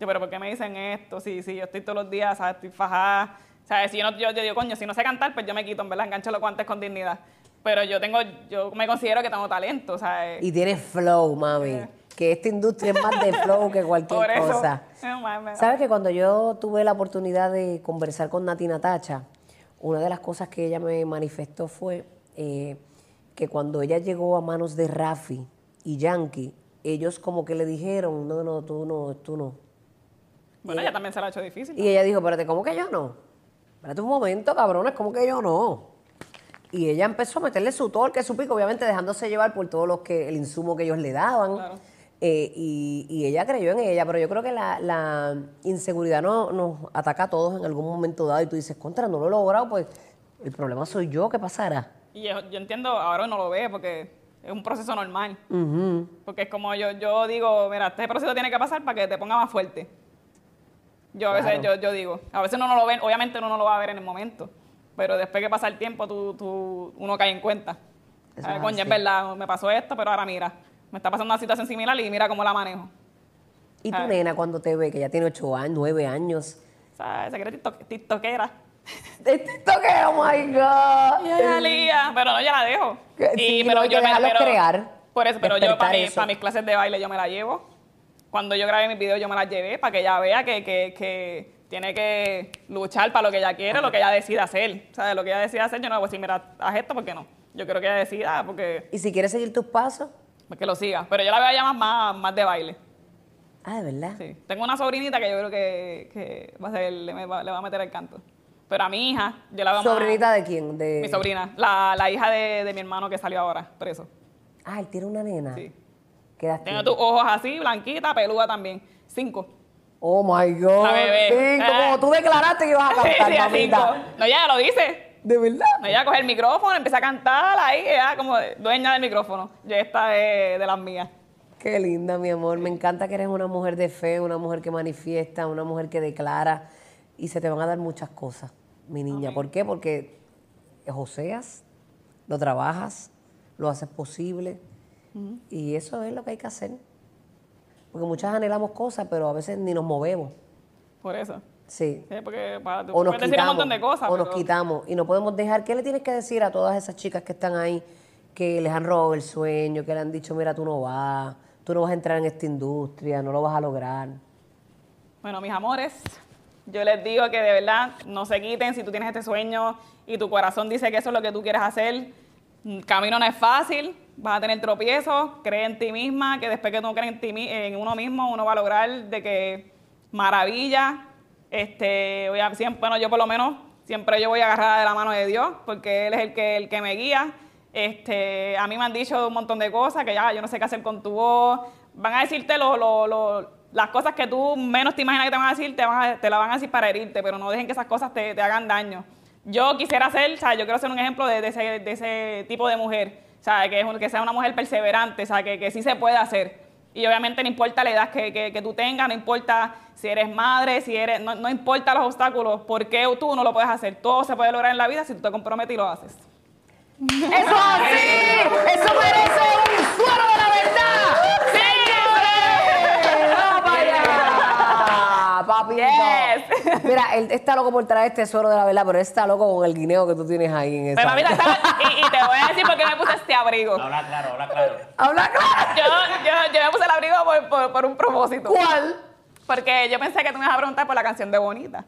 [SPEAKER 4] Yo, pero ¿por qué me dicen esto? Sí, sí, yo estoy todos los días, ¿sabes? Estoy fajada. ¿Sabes? Si yo, no, yo, yo digo, coño, si no sé cantar, pues yo me quito, en verdad, engancho los guantes con dignidad. Pero yo tengo, yo me considero que tengo talento, ¿sabes?
[SPEAKER 3] Y tienes flow, mami. Que esta industria es más de flow que cualquier
[SPEAKER 4] Por eso.
[SPEAKER 3] cosa.
[SPEAKER 4] No mames.
[SPEAKER 3] Sabes que cuando yo tuve la oportunidad de conversar con Nati Natacha, una de las cosas que ella me manifestó fue eh, que cuando ella llegó a manos de Rafi y Yankee, ellos como que le dijeron, no, no, tú no, tú no.
[SPEAKER 4] Bueno, ella también se la ha hecho difícil.
[SPEAKER 3] Y ella dijo, espérate, ¿cómo que yo no? Espérate un momento, cabrones, ¿cómo que yo no? Y ella empezó a meterle su torque, su pico, obviamente dejándose llevar por todos los que, el insumo que ellos le daban.
[SPEAKER 4] Claro.
[SPEAKER 3] Eh, y, y ella creyó en ella, pero yo creo que la, la inseguridad no, nos ataca a todos en algún momento dado. Y tú dices, contra, no lo he logrado, pues el problema soy yo, ¿qué pasará?
[SPEAKER 4] Y yo, yo entiendo, ahora no lo ve porque es un proceso normal. Porque es como yo, yo digo, mira, este proceso tiene que pasar para que te ponga más fuerte. Yo a veces, yo,
[SPEAKER 3] Claro.
[SPEAKER 4] yo digo, a veces uno no lo ve, obviamente uno no lo va a ver en el momento, pero después que pasa el tiempo, tú, tú- uno cae en cuenta.
[SPEAKER 3] Eso
[SPEAKER 4] Ah,
[SPEAKER 3] es
[SPEAKER 4] coño,
[SPEAKER 3] así.
[SPEAKER 4] es verdad, me pasó esto, pero ahora mira, me está pasando una situación similar y mira cómo la manejo.
[SPEAKER 3] Y tu
[SPEAKER 4] Ah.
[SPEAKER 3] nena cuando te ve, que ya tiene ocho años, nueve años,
[SPEAKER 4] O sea, se cree tiktok- tiktokera.
[SPEAKER 3] es que, oh my God.
[SPEAKER 4] Ya, Lía, Em, pero no, yo la dejo.
[SPEAKER 3] Que- sí, no, hay que
[SPEAKER 4] me-
[SPEAKER 3] dejarlos
[SPEAKER 4] pero-
[SPEAKER 3] crear,
[SPEAKER 4] Por eso, pero yo
[SPEAKER 3] despertar
[SPEAKER 4] para, mi-
[SPEAKER 3] eso.
[SPEAKER 4] para mis clases de baile yo me la llevo. Cuando yo grabé mis videos yo me la llevé para que ella vea que, que, que tiene que luchar para lo que ella quiere, lo que ella decida hacer. O sea, lo que ella decida hacer yo no le voy a decir, mira, haz esto porque no. Yo creo que ella decida porque,
[SPEAKER 3] Y si quieres seguir tus pasos,
[SPEAKER 4] porque lo siga. Pero yo la veo ya más, más, más de baile.
[SPEAKER 3] ah, de verdad.
[SPEAKER 4] Sí. Tengo una sobrinita que yo creo que, que va a ser, le, me va- le va a meter el canto. Pero a mi hija, yo la veo más-
[SPEAKER 3] ¿Sobrinita de quién? De...
[SPEAKER 4] Mi sobrina, la, la hija de, de mi hermano que salió ahora preso.
[SPEAKER 3] Ah, él tiene una nena.
[SPEAKER 4] Sí.
[SPEAKER 3] ¿Qué edad tiene?
[SPEAKER 4] Tengo tus ojos así, blanquita, peluda también. Cinco.
[SPEAKER 3] Oh my God.
[SPEAKER 4] La bebé.
[SPEAKER 3] Cinco.
[SPEAKER 4] Ah.
[SPEAKER 3] Como tú declaraste que ibas a
[SPEAKER 4] Sí,
[SPEAKER 3] cantar,
[SPEAKER 4] sí, a cinco.
[SPEAKER 3] mamita.
[SPEAKER 4] No, ella lo dice.
[SPEAKER 3] De verdad.
[SPEAKER 4] No, ella coge el micrófono, empieza a cantar ahí, ella como dueña del micrófono. Yo esta es de las mías.
[SPEAKER 3] Qué linda, mi amor. Me encanta que eres una mujer de fe, una mujer que manifiesta, una mujer que declara. Y se te van a dar muchas cosas, mi niña. ¿Por qué? Porque joseas, lo trabajas, lo haces posible. Y eso es lo que hay que hacer. Porque muchas anhelamos cosas, pero a veces ni nos movemos.
[SPEAKER 4] Por eso.
[SPEAKER 3] Sí.
[SPEAKER 4] Sí, porque para tú
[SPEAKER 3] o nos
[SPEAKER 4] puedes decir un
[SPEAKER 3] quitamos,
[SPEAKER 4] montón de cosas.
[SPEAKER 3] o nos
[SPEAKER 4] pero-
[SPEAKER 3] quitamos y no podemos dejar. ¿Qué le tienes que decir a todas esas chicas que están ahí que les han robado el sueño, que le han dicho, mira, tú no vas, tú no vas a entrar en esta industria, no lo vas a lograr?
[SPEAKER 4] Bueno, mis amores, yo les digo que de verdad no se quiten si tú tienes este sueño y tu corazón dice que eso es lo que tú quieres hacer. mm, Camino no es fácil, vas a tener tropiezos, cree en ti misma, que después que tú crees en, ti, mi- en uno mismo, uno va a lograr de que maravilla. Este, voy a- siempre, bueno, yo por lo menos siempre yo voy agarrada de la mano de Dios, porque Él es el que, el que me guía. Este, a mí me han dicho un montón de cosas, que ya yo no sé qué hacer con tu voz. Van a decirte lo- lo- lo- las cosas que tú menos te imaginas que te van a decir, te, van a- te la van a decir para herirte, pero no dejen que esas cosas te, te hagan daño. Yo quisiera ser, o sea, yo quiero ser un ejemplo de, de ese, de ese tipo de mujer, o sea, que, es un- que sea una mujer perseverante, o sea, que, que sí se puede hacer. Y obviamente no importa la edad que, que- que tú tengas, no importa si eres madre, si eres, no, no importa los obstáculos, porque tú no lo puedes hacer. Todo se puede lograr en la vida si tú te comprometes y lo haces.
[SPEAKER 3] ¡Eso es así! ¡Eso merece un suero de la verdad! ¡Señores! ¡Vamos para allá! Papito.
[SPEAKER 4] Yes.
[SPEAKER 3] Mira, él está loco por traer este suero de la verdad, pero él está loco con el guineo que tú tienes ahí en esa.
[SPEAKER 4] Pero mira, ¿sabes? y, y te voy a decir por qué me puse este abrigo.
[SPEAKER 5] Habla claro, habla claro.
[SPEAKER 3] Habla claro.
[SPEAKER 4] Yo, yo- yo me puse el abrigo por, por- por un propósito.
[SPEAKER 3] ¿Cuál?
[SPEAKER 4] Porque yo pensé que tú me ibas a preguntar por la canción de Bonita.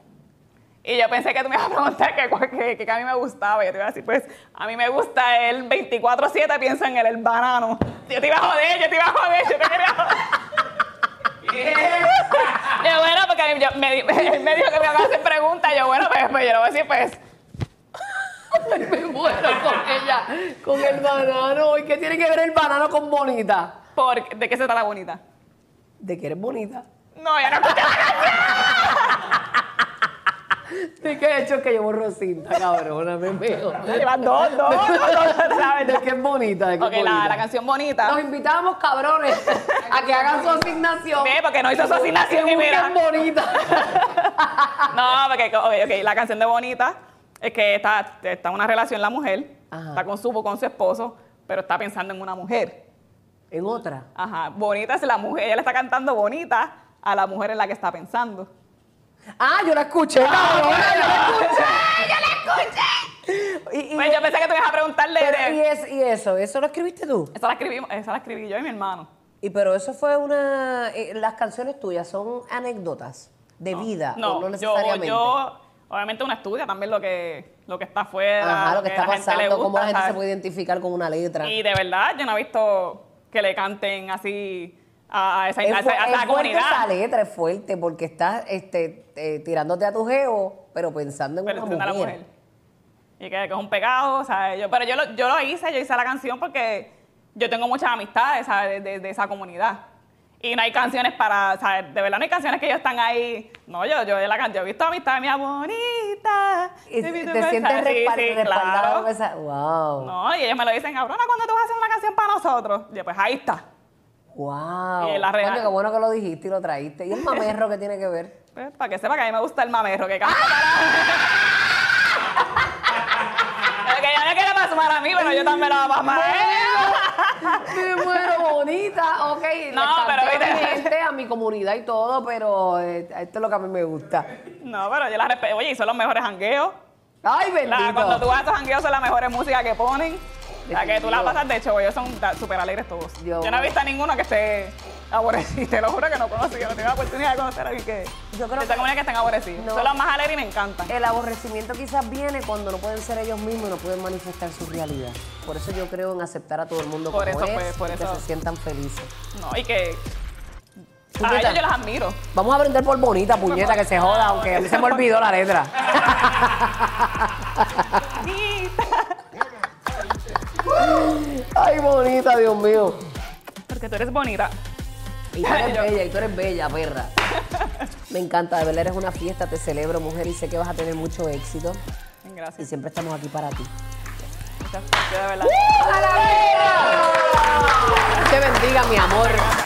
[SPEAKER 4] Y yo pensé que tú me ibas a preguntar que, cuál- que- que a mí me gustaba. Y yo te iba a decir, pues, a mí me gusta el 24-7, pienso en él, el banano. Yo te iba a joder, yo te iba a joder, yo te quería joder. Yo, bueno, porque a mí- yo- me, di- él me dijo que me iba a hacer preguntas. Yo, bueno, pues, pues yo no voy a decir, pues.
[SPEAKER 3] Me muero con ella, con el banano. ¿Y qué tiene que ver el banano con bonita?
[SPEAKER 4] por- ¿De qué se trata bonita?
[SPEAKER 3] De que eres bonita.
[SPEAKER 4] No, ya no escuché la canción.
[SPEAKER 3] De que he hecho que llevo Rosinta, cabrona, me veo.
[SPEAKER 4] Llevan dos, dos, dos, dos, la verdad.
[SPEAKER 3] De que es bonita, de que
[SPEAKER 4] Ok,
[SPEAKER 3] es bonita.
[SPEAKER 4] la, la canción bonita.
[SPEAKER 3] Los invitamos, cabrones, a que hagan su asignación.
[SPEAKER 4] Ve, porque no hizo su asignación
[SPEAKER 3] Que
[SPEAKER 4] y mira.
[SPEAKER 3] busquen bonita.
[SPEAKER 4] No, porque, ok, ok, la canción de bonita es que está, está en una relación la mujer,
[SPEAKER 3] Ajá.
[SPEAKER 4] está con su, con su esposo, pero está pensando en una mujer.
[SPEAKER 3] En otra.
[SPEAKER 4] Ajá, bonita es la mujer, ella le está cantando bonita a la mujer en la que está pensando.
[SPEAKER 3] Ah, yo la escuché, cabrona, yo la escuché. ¡Yo la escuché! Y, y-
[SPEAKER 4] Pues yo pensé que te ibas a preguntarle.
[SPEAKER 3] pero, y
[SPEAKER 4] de-
[SPEAKER 3] es- y eso, eso lo escribiste tú.
[SPEAKER 4] Esa la, escribimos, esa la escribí yo y mi hermano.
[SPEAKER 3] Y pero eso fue una. eh, las canciones tuyas son anécdotas de vida, o no
[SPEAKER 4] yo,
[SPEAKER 3] necesariamente.
[SPEAKER 4] yo, obviamente uno estudia también lo que, lo que está afuera,
[SPEAKER 3] Ajá, lo que está
[SPEAKER 4] eh, la gente le
[SPEAKER 3] pasando, cómo
[SPEAKER 4] gusta,
[SPEAKER 3] la gente se
[SPEAKER 4] ¿sabes?
[SPEAKER 3] puede identificar con una letra.
[SPEAKER 4] Y de verdad, yo no he visto que le canten así a, a esa,
[SPEAKER 3] es,
[SPEAKER 4] a
[SPEAKER 3] fu-
[SPEAKER 4] esa- a
[SPEAKER 3] es
[SPEAKER 4] esa
[SPEAKER 3] fuerte esa
[SPEAKER 4] comunidad.
[SPEAKER 3] letra, es fuerte, porque estás este, eh, tirándote a tu geo, pero pensando en
[SPEAKER 4] Pero
[SPEAKER 3] una
[SPEAKER 4] entiende a la
[SPEAKER 3] mujer.
[SPEAKER 4] mujer. Y que, que es un pecado, ¿sabes? Yo, pero yo lo, yo lo hice, yo hice la canción porque yo tengo muchas amistades, ¿sabes? De, de- de esa comunidad. Y no hay canciones para, ¿sabes? De verdad no hay canciones que ellos están ahí. No, yo, yo, la can- yo he visto amistades mías bonitas.
[SPEAKER 3] Y
[SPEAKER 4] He
[SPEAKER 3] te
[SPEAKER 4] visto
[SPEAKER 3] sientes
[SPEAKER 4] cosas- Sí,
[SPEAKER 3] respal-
[SPEAKER 4] sí,
[SPEAKER 3] respaldada
[SPEAKER 4] claro.
[SPEAKER 3] con esa. ¡Wow!
[SPEAKER 4] No, y ellos me lo dicen, cabrona, ¿cuándo tú vas a hacer una canción para nosotros? Y yo, pues ahí está.
[SPEAKER 3] ¡Wow!
[SPEAKER 4] Y la real-
[SPEAKER 3] Coño, qué bueno que lo dijiste y lo traíste. ¿Y el mamerro que tiene que ver?
[SPEAKER 4] Pues, para que sepa que a mí me gusta el mamerro que canta
[SPEAKER 3] ¡Ah!
[SPEAKER 4] para... Pero que yo no quiero pasar a mí, pero yo también lo voy a pasar a él. Ah,
[SPEAKER 3] Me muero bonita, ok. les
[SPEAKER 4] No,
[SPEAKER 3] canté
[SPEAKER 4] pero
[SPEAKER 3] a mi
[SPEAKER 4] viste-
[SPEAKER 3] gente, a mi comunidad y todo, pero eh, esto es lo que a mí me gusta.
[SPEAKER 4] No, pero yo la respeto. Oye, y son los mejores jangueos.
[SPEAKER 3] Ay,
[SPEAKER 4] La-
[SPEAKER 3] bendito.
[SPEAKER 4] cuando tú vas a esos jangueos son las mejores músicas que ponen. La que tú la
[SPEAKER 3] Definitivo.
[SPEAKER 4] pasas, de hecho, ellos son da- súper alegres todos.
[SPEAKER 3] Yo-
[SPEAKER 4] Yo no he visto a ninguno que esté aborrecido. Te lo juro que no conocí. Yo no tengo la oportunidad de conocer a alguien que...
[SPEAKER 3] Yo creo
[SPEAKER 4] de
[SPEAKER 3] que-
[SPEAKER 4] esta comunidad que están aborrecidos.
[SPEAKER 3] No.
[SPEAKER 4] Son los más alegres y me encantan.
[SPEAKER 3] El aborrecimiento quizás viene cuando no pueden ser ellos mismos y no pueden manifestar su realidad. Por eso yo creo en aceptar a todo el mundo
[SPEAKER 4] Por
[SPEAKER 3] como
[SPEAKER 4] eso,
[SPEAKER 3] es
[SPEAKER 4] pues, por
[SPEAKER 3] y
[SPEAKER 4] eso.
[SPEAKER 3] que se sientan felices.
[SPEAKER 4] No, y que...
[SPEAKER 3] ¿Tú
[SPEAKER 4] A
[SPEAKER 3] qué
[SPEAKER 4] ellos
[SPEAKER 3] tal?
[SPEAKER 4] yo los admiro.
[SPEAKER 3] Vamos a brindar por bonita, puñeta, que se joda, aunque a mí se me olvidó la letra. Ah. Ay, bonita, Dios mío.
[SPEAKER 4] Porque tú eres bonita.
[SPEAKER 3] Y tú eres
[SPEAKER 4] Yo-
[SPEAKER 3] bella, y tú eres bella, perra. Me encanta, de verdad eres una fiesta, te celebro, mujer, y sé que vas a tener mucho éxito. Y
[SPEAKER 4] Gracias.
[SPEAKER 3] siempre estamos aquí para ti. ¡Uh!
[SPEAKER 4] Muchas gracias, de verdad.
[SPEAKER 3] ¡A la Te bendiga, mi amor.